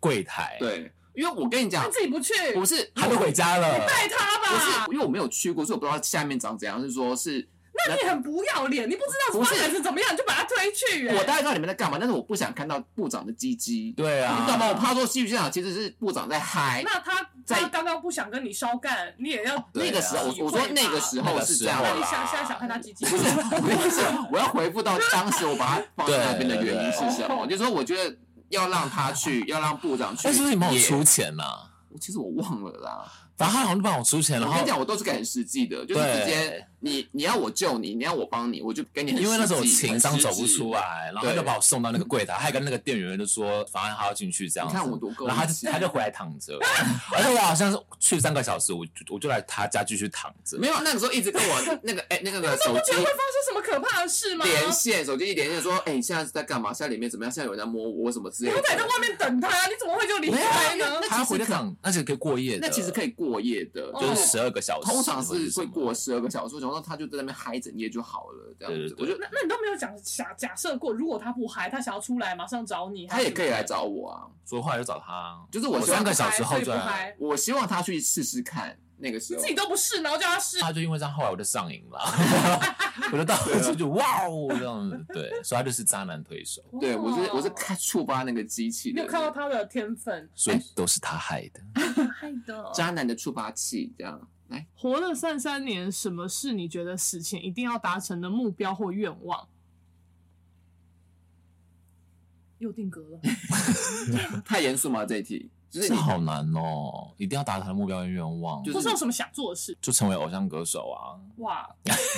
B: 柜台，，
A: 对，因为我跟你
C: 他
A: 讲，
C: 自己不去，
A: 不是
B: 他就回家了。
C: 带他
A: 不
C: 吧
A: 是，。因为我没有去过，所以我不知道下面长怎样。是说是
C: 那你很不要脸，你不知道
A: 不是
C: 发展是怎么样，你就把他推去、欸。
A: 我大概知道你们在干嘛，但是我不想看到部长的鸡鸡，
B: 对啊，
A: 你懂吗？我 怕说戏剧现场其实是部长在嗨。
C: 哎那他
A: 在
C: 他刚刚不想跟你烧干，你也要
B: 对
A: 那
B: 啊
A: 个时候，我我说那个时
B: 那
A: 候
B: 个
A: 是
B: 时
A: 这样
B: 候
C: 那
B: 啦
C: 你
A: 的。
C: 想现在想看他几集？
A: 不是，我跟你说，我要回复到当时我把它放在那边的原因是什么？
C: 对对对
A: 就是说，我觉得要让他 去，要让部长去。
B: 哎但是不是你帮我
A: 也
B: 出钱呐、
A: 其实我忘了啦。
B: 反正他好像就帮我出钱，然
A: 我
B: 后
A: 跟你讲，我都是给很实际的，就是
B: 对
A: 直接你你要我救你，你要我帮你，我就给你很实际。
B: 因为那时候我情商
A: 很实
B: 走
A: 际
B: 不出。来，然后他就把我送到那个柜台，还跟那个店员就说，反正他要进去这样子。
A: 你看我多够
B: 然后他
A: 义气
B: 就他就回来躺着， 而且我好像是去三个小时，我就我就来他家继续躺着。
A: 没有，那个时候一直跟我那个哎、那个手机
C: 会发生什么可怕的事吗？
A: 连线，手机一连线说，哎、你现在是在干嘛？现在里面怎么样？现在有人在摸我什么之
C: 你
A: 类
C: 不
A: 的。
C: 得在外面等他，你怎么会就离开
A: 没有
C: 呢？
A: 那
B: 他回家
A: 其实
B: 躺，那是可以过夜的，
A: 那其实可以过夜的，
C: 哦
A: 就
B: 就是
A: 是
B: 十二个小时，
A: 通常是
B: 什
A: 会
B: 么
A: 过。十二个小时，然后他就在那边嗨整夜就好了，这样子。
B: 对对对
A: 我觉得
C: 那那你都没有讲假假设过，如果他不嗨，他想要出来马上找你，
A: 他也可以来找我啊，
B: 所以后来就找他，
A: 就是我
B: 我
A: 希望
B: 三个
C: 还是
B: 小
C: 不嗨。
B: 时后就
C: 所以不
B: 来，
C: 嗨，
A: 我希望他去试试看。那个时
C: 你
A: 候
C: 自己都不是，然后叫他试，
B: 他就因为这样，后来我就上瘾了， 我就到
A: 啊
B: 处就哇哦这样子，对，所以他就是渣男推手，
A: 对我
B: 啊
A: 是我是
C: 哇
A: 看触发那个机器
C: 你
A: 的
C: 有看到他的天分，哎
B: 所以
A: 哎
B: 都是他害的。
C: 嗨的
A: 渣男的触发器，这样来。
C: 活了三三年，什么是你觉得死前一定要达成的目标或愿望？又定格了，
A: 太严肃吗？这一题就是
B: 这
A: 你
B: 好难哦，一定要达成目标跟愿望，
A: 就
B: 就是
C: 或是有什么想做的事？
B: 就成为偶像歌手啊，
C: 哇，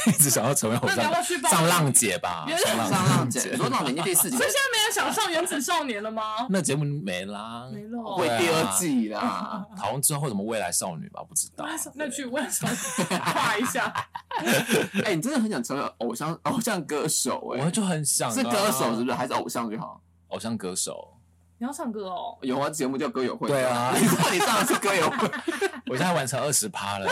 B: 一直想要成为偶
C: 那你要
B: 像
C: 不要去报
B: 上浪姐吧，
C: 原来
B: 上
A: 上浪姐，
B: 姐
A: 你，说到年纪第四集
C: 所以现在没人想上原子少年了吗？
B: 那节目没啦，
C: 没了哦
A: 会第二季 啦。
B: 好像之后会什么未来少女吧，不知道。
C: 那去问少年画一下，
A: 哎，你真的很想成为偶像偶像歌手哎
B: 我，就很想啊
A: 是歌手是不是？还是偶像就好？
B: 偶像歌手，
C: 你要唱歌哦。
A: 有啊，节目叫歌友会。
B: 对 啊
A: 你知道你上的是歌友会，
B: 我现在完成二十趴了，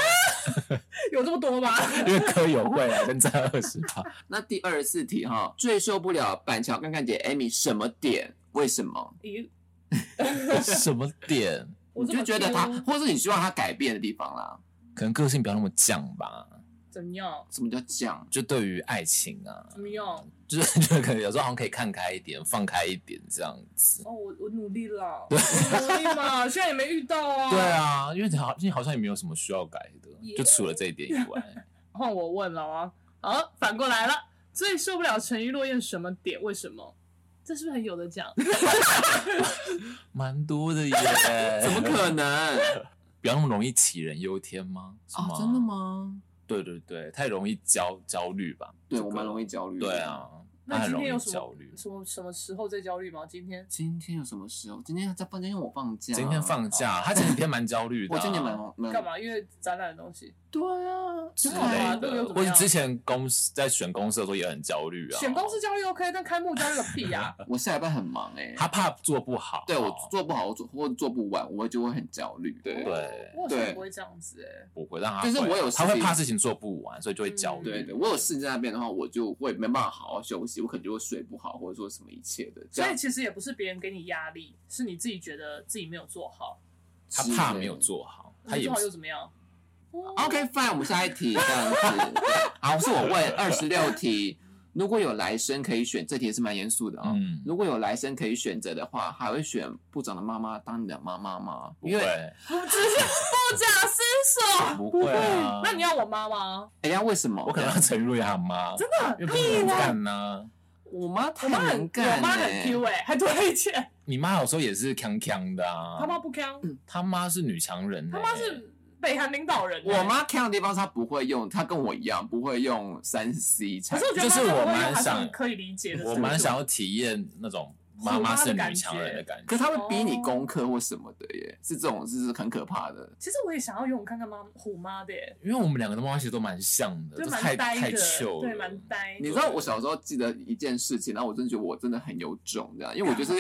C: 有这么多吗？
B: 因为歌友会啊，跟在二十趴。
A: 那第二十四题哈，最受不了板桥干干姐 Amy 什么点？为什么？
C: 咦，
B: 什么点？
C: 我
A: 你
C: 这么
A: 就觉得她，
C: 丢
A: 或是你希望她改变的地方啦？
B: 可能个性不要那么犟吧。
C: 怎样？
A: 什么叫犟？
B: 就对于爱情啊，
C: 怎么样？哦，
B: 就是就是可能有时候好像可以看开一点，放开一点这样子。
C: 我我努力 了，我努力嘛，现在也没遇到啊。
B: 对，啊，因为好，因为好像也没有什么需要改的，
C: 也
B: 就除了这一点以外。
C: 换我问了啊。好，反过来了，最受不了沉鱼落雁什么点？为什么？这是不是很有的 讲？
B: 蛮多的耶，
A: 怎么可能？
B: 不要那么容易杞人忧天吗？是
A: 哦，真的？吗？
B: 对对对，太容易焦焦虑吧？
A: 对
B: 这个
A: 我蛮容易焦虑。
B: 对。啊，他
C: 那
B: 很
C: 今
B: 容
C: 天有
B: 易
C: 什
B: 焦
C: 么
B: 虑。
C: 什么什么时候在焦虑吗？今天
A: 今天有什么事哦？今天在放假，因为我放假。
B: 今天放假，他前几天蛮焦虑的啊。
A: 我今年蛮蛮
C: 干嘛？因为展览的东西，
A: 对啊，
B: 之
A: 就
C: 就好啊
B: 类
C: 那个又
B: 的，
C: 怎么
B: 或者
C: 样
B: 之前公司在选公司的时候也很焦虑啊。
C: 选公司，焦虑 OK，但开幕焦虑个屁呀！
A: 我下礼拜很忙哎、
B: 他怕做不好。哦
A: 对我做不好，我做或者做不完，我就会很焦虑。对
B: 对
C: 我好像
A: 对
C: 不会这样子哎。
B: 不会让他
A: 就
B: 会，啊
A: 是我有事
B: 他会
A: 情
B: 怕事情做不完，所以就会
C: 嗯
B: 焦虑。
A: 对对，我有事在那边的话，我就会没办法好好休息，我可能就会睡不好，或者说什么一切的。这
C: 所
A: 样
C: 以其实也不是别人给你压力，是你自己觉得自己没有做好，
B: 他怕
A: 欸
B: 没有做好，他
C: 没
B: 也
C: 做
B: 不
C: 好又
B: 是
C: 怎么样？
A: OK fine，我们下一题这样子。对好，是
B: 啊
A: 我 问二十六题，如果有来生可以选，这题也是蛮严肃的啊、
B: 嗯，
A: 如果有来生可以选择的话，还会选部长的妈妈当你的妈妈吗？
B: 不
A: 因为
B: 会
C: 只是不假思索。
B: 不会啊。
C: 那你要我妈妈？
A: 哎呀，为什么？
B: 我可能要沉入他妈，真
C: 的
B: 因为不能干啊呐。
A: 我妈
C: 我
A: 太
C: 妈很
A: 能干、
C: 我妈很 Q 哎、还推荐。
B: 你妈有时候也是强强的啊，
C: 他妈不坑，
A: 嗯
B: 他妈是女强人、欸，
C: 他妈是北韩领导人欸、
A: 我妈 can 的地方是她不会用，她跟我一样不会用三 C
C: 可
A: 产
C: 是
A: 品
C: 我觉得
B: 就是
C: 妈妈
B: 我
C: 会
B: 蛮
C: 还是
B: 想
C: 很可以理解的。
B: 我蛮想要体验那种妈妈是
C: 虎妈的
B: 女强人的感觉。
A: 可是他会逼你
C: 哦
A: 功课或什么的耶，是这种是很可怕的。
C: 其实我也想要用看看妈虎妈的耶，
B: 因为我们两个的妈妈其实都蛮像的，
C: 就
B: 呃都
C: 蛮
B: 太
C: 呆
B: 太
C: 的，
B: 糗了，
C: 对，蛮呆。
A: 你知道我小时候记得一件事情，然后我真的觉得我真的很有种这样，因为我 就是，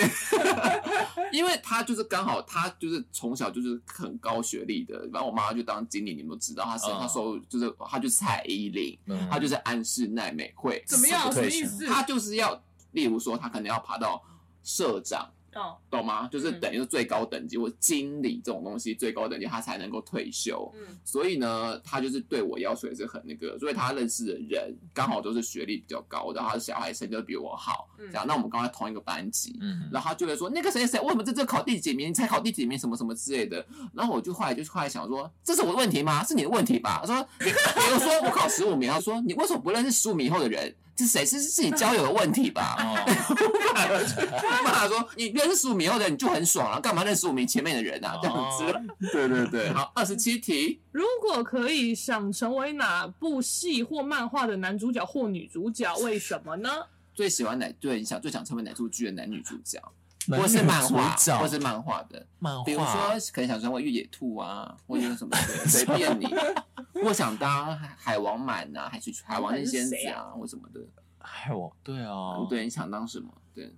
A: 因为他就是刚好他就是从小就是很高学历的，然后我妈就当经理，你们都知道，她是、
B: 嗯
A: 她收入就是她就是蔡依林，
B: 嗯
A: 她就是安室奈美惠，
C: 怎么样？
B: 死不
C: 什么
B: 退
C: 意
B: 群
C: 思？啊
A: 她就是要，例如说她可能要爬到社长。
C: 哦，
A: 懂吗？就是
C: 嗯
A: 等于是最高等级或经理这种东西，最高等级她才能够退休。
C: 嗯，
A: 所以呢，他就是对我要求也是很那个，所以他认识的人刚好都是学历比较高的，然后他的小孩成绩都比我好，
C: 嗯
A: 这样。那我们刚才同一个班级，
B: 嗯，
A: 然后他就会说那个谁谁谁为什么这次考第几名？你才考第几名？什么什么之类的。然后我就后来就后来想说，这是我的问题吗？是你的问题吧？他说，你比如说我考十五名，他说你为什么不认识十五名以后的人？是谁？是是你交友的问题吧？
B: 哦，
A: 骂说你认识十五名以后的人你就很爽了、啊干嘛认识五名前面的人啊？这样子。对对对，好，二十七题。
C: 如果可以，想成为哪部戏或漫画的男主角或女主角？为什么呢？
A: 最喜欢哪对你想最想成为哪出剧的男女主角，
B: 男
A: 或是
B: 女
A: 漫
B: 主
A: 画，
B: 角
A: 或是漫画的，
B: 漫画，
A: 比如说可能想成为越野兔啊，或者是什么的，随便 你。我想当海王满啊，还是海王任仙子啊，或什么的。
B: 哎我，对啊，，
A: 嗯对，你想当什么？对，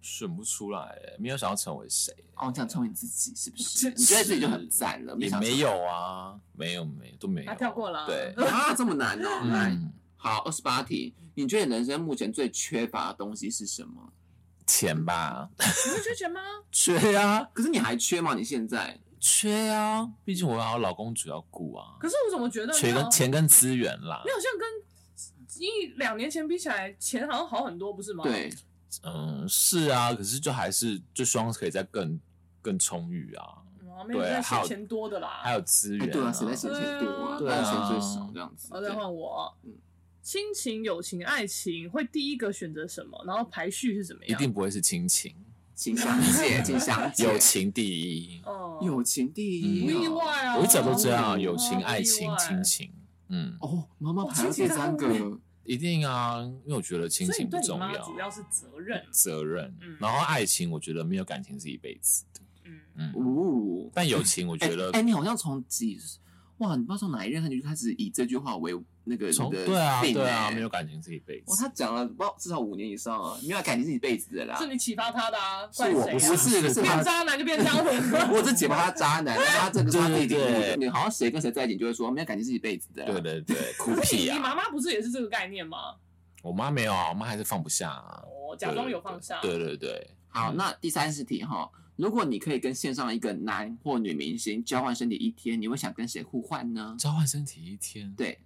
B: 选不出来，欸没有想要成为谁，
A: 哦，你想成为你自己是不是？ 你觉得自己就很赞了，
B: 也
A: 想
B: 没有啊，没有没有都没有，
C: 啊跳过了啊
B: 对，
A: 啊，这么难哦。来，
B: 嗯，
A: 好，二十八题，你觉得你人生目前最缺乏的东西是什么？
B: 钱吧，
C: 你会缺钱吗？
B: 缺啊，
A: 可是你还缺吗？你现在
B: 缺啊，毕竟我还有老公主要顾啊，
C: 可是我怎么觉得
B: 缺
C: 你
B: 跟
C: 好
B: 钱跟资源啦
C: 你，好像跟一两年前比起来，钱好像好很多，不是吗？，
A: 对，
B: 嗯，是啊，可是就还是就希望可以再更更充裕啊，
C: 哦，没有
B: 对
C: 在
B: 还
C: 嫌
B: 有
C: 钱多的啦。
B: 还有资
A: 哎，
B: 源，
A: 对啊，谁在嫌钱多啊？
C: 对
B: 啊
A: 大家嫌最少这样子。
C: 哦，再换我
A: 嗯。
C: 亲情、友情、爱情会第一个选择什么？然后排序是怎么
B: 一
C: 样？
B: 定不会是亲情，
A: 请 详解，请详解。
B: 友情第一，
C: 哦，
A: 友情第一、
B: 嗯
A: 啊，
C: 意外啊！
B: 我一直都这
A: 哦
B: 样，友情、
C: 哦
B: 爱
C: 意
B: 情、
C: 外
B: 亲情，嗯，
A: 哦，妈妈排到第三个
C: 哦亲
A: 了，
B: 一定啊，因为我觉得亲
C: 所以
B: 情
C: 你
B: 不
C: 对你
B: 重
C: 妈
B: 要，
C: 主要是责任。
B: 责任
C: 嗯，
B: 然后爱情我觉得没有感情是一辈子的，
C: 嗯，
B: 嗯，
A: 哦，
B: 但友情我
A: 哎
B: 觉得
A: 哎，你好像从几哇，你不知道从哪一任他就开始以这句话为那个
B: 从
A: 你的
B: 对啊
A: 病
B: 对啊，
A: 哎
B: 没有感情是一辈
A: 哇，
B: 子，
A: 他讲了不知道至少五年以上啊，没有感情是一辈子的啦
C: 嗯是。你启发他的啊，怪
A: 我
C: 谁
A: 不
C: 啊？
A: 是是是
C: 变
A: 他，
C: 渣男就 变渣男。
A: 我只解剖他渣男，但他这个是他自己
B: 对对对
A: 领悟的你好像谁跟谁在一起，你就会说没有感情是一辈子的。
B: 对，对对，哭
C: 可是
B: 屁
C: 你你妈
B: 啊！
C: 妈不是也是这个概念吗？
B: 我妈没有啊，我妈还是放不下啊，
C: 我假装有放下。
B: 对对对，
A: 好，
B: 嗯
A: 那第三十题哈，如果你可以跟线上一个男或女明星交换身体一天，你会想跟谁互换呢？
B: 交换身体一天，
A: 对，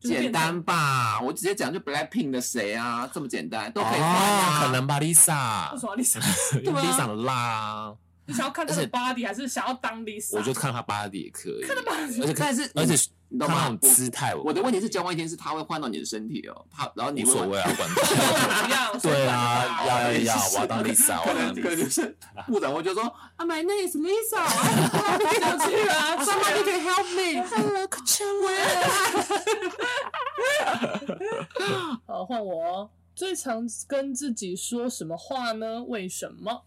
C: 就是变
A: 简单吧，我直接讲就 BLACKPINK 的谁啊，这么简单都可以换
B: 哦
A: 啊。
B: 可能吧
C: 为
B: ，Lisa，
C: 什么 Lisa？
A: 对啊
B: Lisa 的辣，
C: 你想要看他
B: 而
C: 的
B: 且
C: body，还是想要当 Lisa？
B: 我就看她 body 也可以，
C: 看到 body
B: 而且
A: 但是
B: 而且
A: 你嗯懂
B: 看那
A: 吗
B: 种？姿态，
A: 我我的问题是交
B: 交
A: 换一天是他会换到你的身体哦，他然后你
B: 无
A: 会
B: 所
A: 换。
B: 谓啊，管
C: 跟
B: 他。
C: 我一样。
B: 对
C: 我
B: 啊，
C: 是
B: 要 要
A: 是
B: 要，我要当 Lisa，我
A: 可
B: 要当
A: 能
B: Lisa
A: 可能就是部长会就说啊
E: My name is Lisa.
C: 想去啊，上班
E: Somebody can help me. Hello, Coachella.
C: 好，换我哦。最常跟自己说什么话呢？为什么？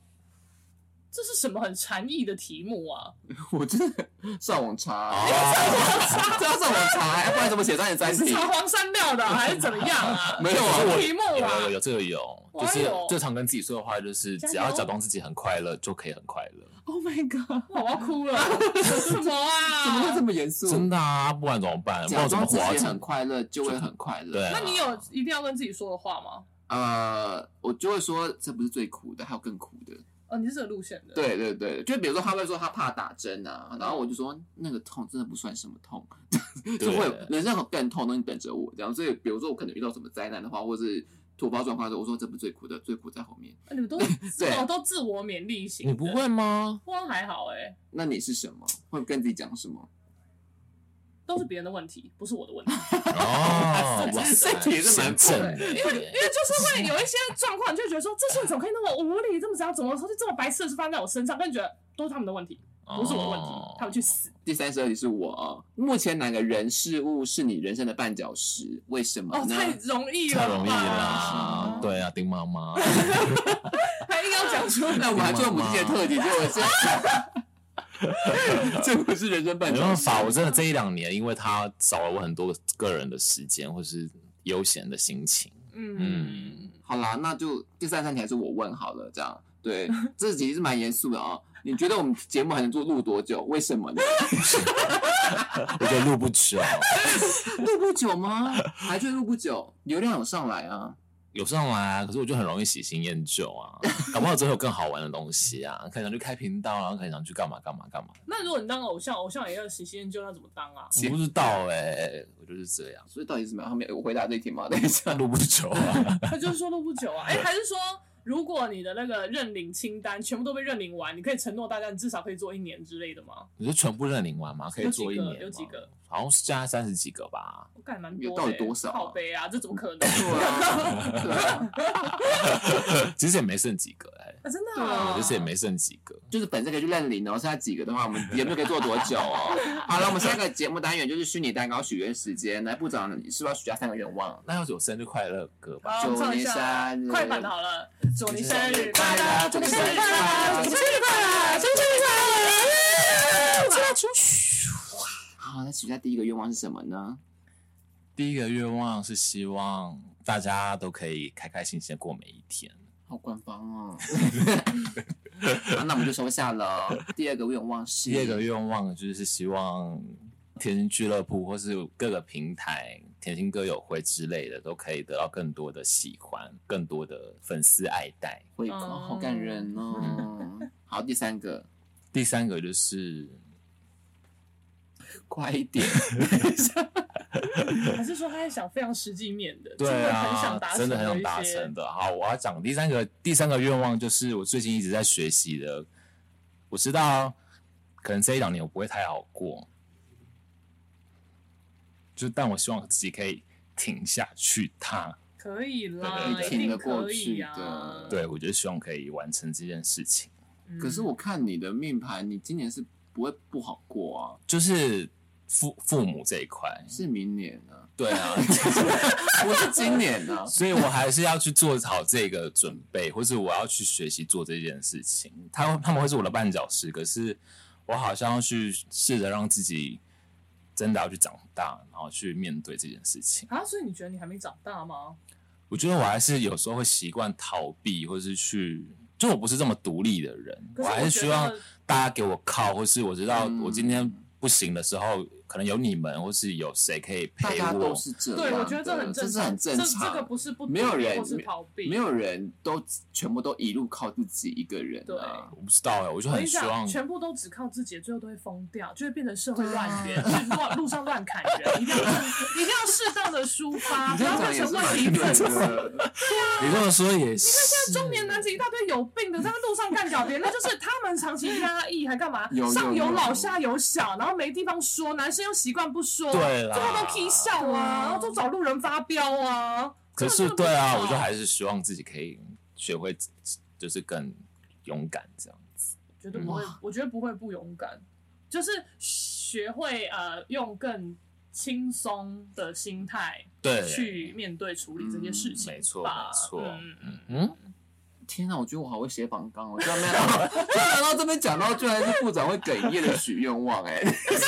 C: 这是什么很禅意的题目啊？
A: 我真的上网查，
B: 哦，
A: 这要上网查，哎不然怎么写上你三
C: 是
A: 体？
C: 查黄山料 的啊、还是怎么样啊？
A: 没有啊
C: 这
A: 我
C: 是题目
B: 有
C: 啊
B: 有。有这个有，
C: 我
B: 就
C: 还
B: 是
C: 有
B: 最常跟自己说的话就是，
C: 加油
B: 只要假装自己很快乐，就可以很快乐。
E: Oh my god.
C: 哇我要哭了， 什么啊？
A: 怎么会这么严肃？
B: 真的啊，不然怎么办？不
A: 假
B: 然怎么
A: 装自
B: 活到
A: 己
B: 这
A: 很快乐就会很快乐。
B: 对啊
C: 那你有一定要跟自己说的话吗？
A: 呃，我就会说这不是最苦的，还有更苦的。
C: 哦，你是这个路线的。，
A: 对对对，就比如说他会说他怕打针啊，然后我就说那个痛真的不算什么痛， 就会有人生有更痛的东西等着我这样。所以比如说我可能遇到什么灾难的话，或是突发状况的时候，我说这不是最苦的，最苦在后面。
C: 你们都
A: 对
C: 哦都自我勉励型。
B: 你不？会 吗？
C: 我还好哎，
A: 那你是什么？会跟自己讲什么？
C: 都是别人的问题，不是我的问题。
B: 哦，哇塞
A: 这题是蛮
B: 神正的
C: 因为因
B: 耶，
C: 为就是会有一些状况，你就觉得说这些人怎么可以那么无理，这么这样，怎么说就这么白痴的事发生在我身上？但你觉得都是他们的问题，不是我的问题
B: 哦，
C: 他们去死。
A: 第三十二题是我，啊目前哪个人事物是你人生的绊脚石？为什么
C: 哦，
A: 呢？
C: 太容易了
B: 太
C: 吧，
B: 容易啦
C: 嗯
A: 啊，
B: 对啊，丁妈妈，
C: 还硬要讲出来。
A: 那我们还做母亲节特辑，结果是， 这不是人生绊
B: 没
A: 脚
B: 办
A: 石。
B: 法，我真的这一两年，因为他少了我很多个人的时间，或是悠闲的心情。
C: 嗯，
B: 嗯，
A: 好啦，那就第三十三题还是我问好了，这样对，这题是蛮严肃的啊、你觉得我们节目还能做录多久？为什么呢？
B: 我觉得录不久，
A: 录不久吗？还是录不久？流量有上来啊？
B: 有上来啊，可是我就很容易喜新厌旧啊，搞不好之后有更好玩的东西啊，可能想去开频道啊，然后可能想去干嘛干嘛干嘛，
C: 那如果你当偶像，偶像也要喜新厌旧，那怎么当啊？
B: 我不知道哎、我就是这样，
A: 所以到底是什么样？后面我回答这一题吗？等一下，
B: 录不久啊，
C: 他就是说录不久啊，哎，还是说如果你的那个认领清单全部都被认领完，你可以承诺大家，你至少可以做一年之类的吗？
B: 你就全部认领完吗？可以做一年吗
C: 有几个有几个
B: 好像是加三十几个吧，
C: 我感觉蛮
A: 有
C: 多的
A: 到
C: 欸，
A: 底多少啊
C: 好悲啊，这怎么可能？
A: 对啊，对 啊，
B: 其实也没剩几个哎、
C: 啊真的
A: 对
C: 啊，
A: 啊
B: 其实也没剩几个。
A: 就是本身可以去认领哦，剩下几个的话，我们节目可以做多久 哦？好了，我们下一个节目单元就是虚拟蛋糕许愿时间。来，部长是不是要许下三个愿望？
B: 那要有生日快乐歌吧？
C: 好，我们唱一下
A: 祝你生日
C: 快板的好了，祝你生日快乐，
A: 祝你生日快乐
E: 生日快
C: 啊
E: 乐，生日快乐！我要出去。
A: 好，那许下第一个愿望是什么呢？
B: 第一个愿望是希望大家都可以开开心心地过每一天。
A: 好官方 哦。好，那我们就收下了。哦第二个愿望是，
B: 第二个愿望就是希望甜心俱乐部或是各个平台甜心歌友会之类的都可以得到更多的喜欢，更多的粉丝爱戴。
A: 回扣，好感人哦。
B: 嗯
A: 好，第三个，
B: 第三个就是
A: 快一点。
C: 还是说他在想非常实际面的，
B: 对
C: 真的很想
B: 啊
C: 达，成，
B: 真的很想达成。的。好，我要讲第三个，第三个愿望就是我最近一直在学习的。我知道，可能这一两年我不会太好过，就但我希望我自己可以挺下去它。
C: 可以啦，
A: 对挺
C: 一
A: 得
C: 定
A: 过
C: 可以
A: 去
C: 啊
A: 的
B: 对，我就希望可以完成这件事情。
C: 嗯
A: 可是我看你的命盘，你今年是不会不好过啊，
B: 就是父父母这一块，
A: 是明年啊，
B: 对啊，
A: 不是今年啊。
B: 所以我还是要去做好这个准备，或是我要去学习做这件事情。他他们会是我的绊脚石，可是我好像要去试着让自己真的要去长大，然后去面对这件事情。
C: 啊，所以你觉得你还没长大吗？
B: 我觉得我还是有时候会习惯逃避，或是去，就我不是这么独立的人，
C: 可
B: 我
C: 是
B: 还
C: 我
B: 是
C: 觉
B: 希望
C: 得
B: 大家给我靠，或是我知道
A: 嗯
B: 我今天不行的时候，可能有你们，或是有谁可以
A: 大
B: 陪
A: 家都
B: 我。
A: 是这样的，
C: 对，我觉得这很
A: 这
C: 正
A: 是
C: 常，
A: 很正常。
C: 这这个不是不
A: 没有人
C: 或是逃避，
A: 没有人都全部都一路靠自己一个人啊。
B: 我不知道哎、我就
C: 我跟
B: 很
C: 你
B: 希望
C: 讲，全部都只靠自己，最后都会疯掉，就会变成社会乱 源，就是乱路上乱砍人，一定要一定要适当的抒发，
A: 你
C: 啊不
A: 这样
C: 要
A: 讲
C: 变
A: 也
C: 成
A: 是
C: 问
A: 蛮
C: 题分子。
A: 的。
B: 你这么说也是。
C: 现在中年男子一大堆有病的，在路上干掉别人，那就是他们长期压抑，还 干嘛
A: 有有？
C: 上有
A: 有
C: 老，下有小，然后没地方说，男生又习惯不说，
B: 对啦
C: 最后都踢笑啊，然后都找路人发飙啊。
B: 可
C: 这
B: 是
C: 个真的
B: 对啊，
C: 不好
B: 我就还是希望自己可以学会，就是更勇敢这样子。
C: 绝对不会
A: 哇，
C: 我觉得不会不勇敢，就是学会呃用更轻松的心态
B: 对，
C: 去面对处理这些事情吧、
B: 没错没错
C: 嗯，
B: 嗯嗯，
A: 天哪，我觉得我好会写访纲哦，居然没想到，居然到这边讲到，居然是部长会哽咽的许愿望哎、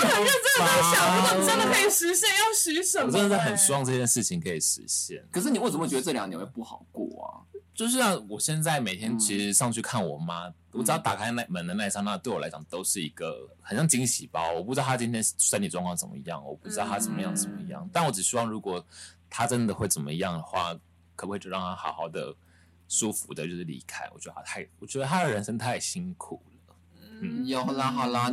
C: 想，如果
B: 我
C: 真的可以实现，要许什么、
B: 啊真的
C: 哎
B: 很希望这件事情可以实现。
A: 可是你为什么觉得这两年会不好过啊？
B: 就是啊，我现在每
C: 嗯
B: 天其实上去看我妈，我只要打开那门的那一刹那，对我来讲都是一个很像惊喜包。我不知道她今天身体状况怎么样，我不知道她怎么样
C: 嗯
B: 怎么样，但我只希望如果她真的会怎么样的话，可不可以就让她好好的、舒服的，就是离开？我觉得她太，我觉得她的人生太辛苦了。嗯
A: 有啦，好啦，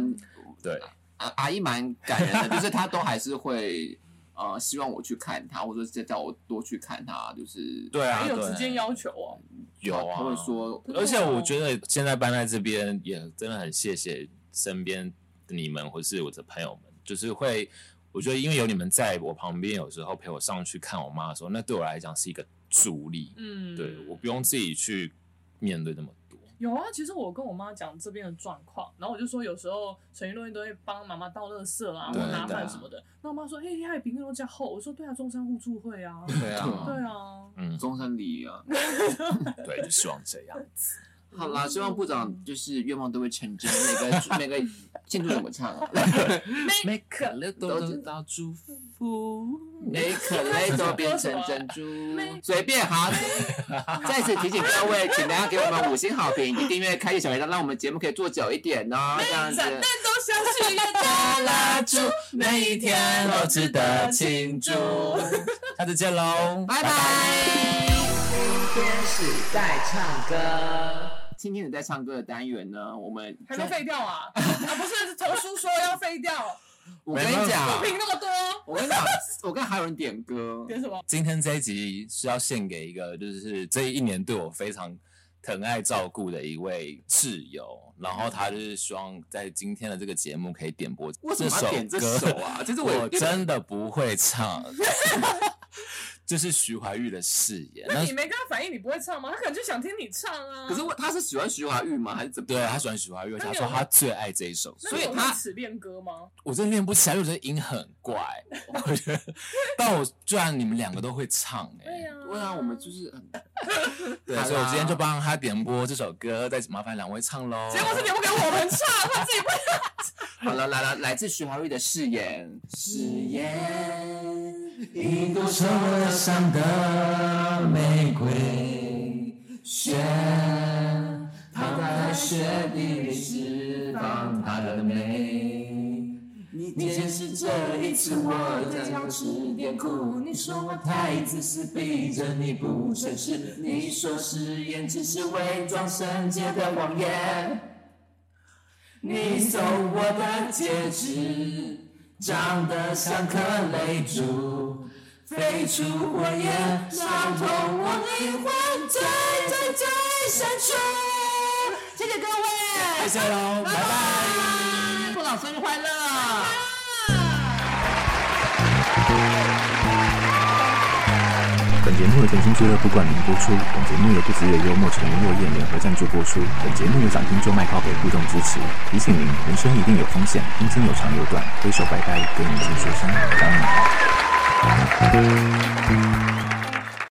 B: 对，
A: 阿阿姨蛮感人的，就是她都还是会呃希望我去看她，或者是叫我多去看她，就是
B: 对啊，
C: 还有
B: 对
C: 直接要求哦，
B: 有啊，
A: 她会说
C: 真的哦
B: 而且我觉得现在搬在这边也真的很谢谢身边的你们或是我的朋友们，就是会，我觉得因为有你们在我旁边，有时候陪我上去看我妈的时候，那对我来讲是一个助力，
C: 嗯，
B: 对，我不用自己去面对那么多。
C: 有啊，其实我跟我妈讲这边的状况，然后我就说有时候沈玉论都会帮妈妈倒垃圾啦，或
A: 对
C: 拿
A: 对啊
C: 饭什么的。那我妈说：“哎嘿，嗨，平均都这样厚。”我说：“对啊，中山互助会啊。”
B: 对啊，
C: 对啊，
B: 嗯，
A: 中山里啊。
B: 对，就希望这样子。
A: 好啦，希望部长就是愿望都会成真，每个 每个庆祝怎么唱 啊
B: 每颗粒都得到祝福，
A: 每颗泪都变成珍珠，随便好。再次提醒各位，请大家给我们五星好评，订阅开启小铃铛，让我们节目可以做久一点哦。这样子
C: 散，弹都相信月亮。
B: 蜡烛 每一天都值得庆祝。 下次见喽，
A: 拜拜。
E: 天使在唱歌。
A: 今天你在唱歌的单元呢，我们
C: 还没废掉啊？ 啊，不是，投书说要废掉，
A: 我跟你
B: 没办
A: 讲
B: 法，
C: 评那 么多，
A: 我跟你讲，我跟还有人点 歌，
C: 点什么？
B: 今天这一集是要献给一个，就是这一年对我非常疼爱照顾的一位挚友，然后他就是希望在今天的这个节目可以点播
A: 为什
B: 这
A: 么
B: 首
A: 要点这首
B: 歌。
A: 啊？这是我
B: 我真的不 会唱，就是徐怀钰的《誓言》。
C: 那你没跟他反应，你不会唱吗？他可能就想听你唱啊。
A: 可是我他是喜欢徐怀钰吗？还是怎么？
B: 对他喜欢徐怀钰，而且他说他最爱这一首歌。
C: 那
A: 所以
C: 你有
A: 他
C: 会此练歌吗？
B: 我真的练不起来，因为我觉得音很 怪。我觉得，但我居然你们两个都会唱哎、
C: 对呀，
A: 对啊，我们就是很
B: 对
A: 好啦
B: 所以我今天就帮他点播这首歌，再麻烦两位唱喽。
C: 结果是留给我们唱，他自己不
A: 好了，来了，来自徐怀钰的誓言，誓言，一朵受了伤的玫瑰，雪躺在雪地里释放它的美。你解释这一次我再要吃点苦，你说我太自私，逼着你不诚实，你说誓言只是伪装圣洁的谎言。你送我的戒指，长得像颗泪珠，飞出火焰，伤痛我灵魂最最最深处。谢谢各位，
B: 谢谢喽，拜拜
A: 部长生日快乐！
F: 本节目由甜心俱乐部冠名播出。本节目由不只有幽默陈林落叶联合赞助播出。本节目由掌听就卖靠北互动支持。提醒您，人生一定有风险，人生有长有短，挥手拜拜，跟你说说声，当你好。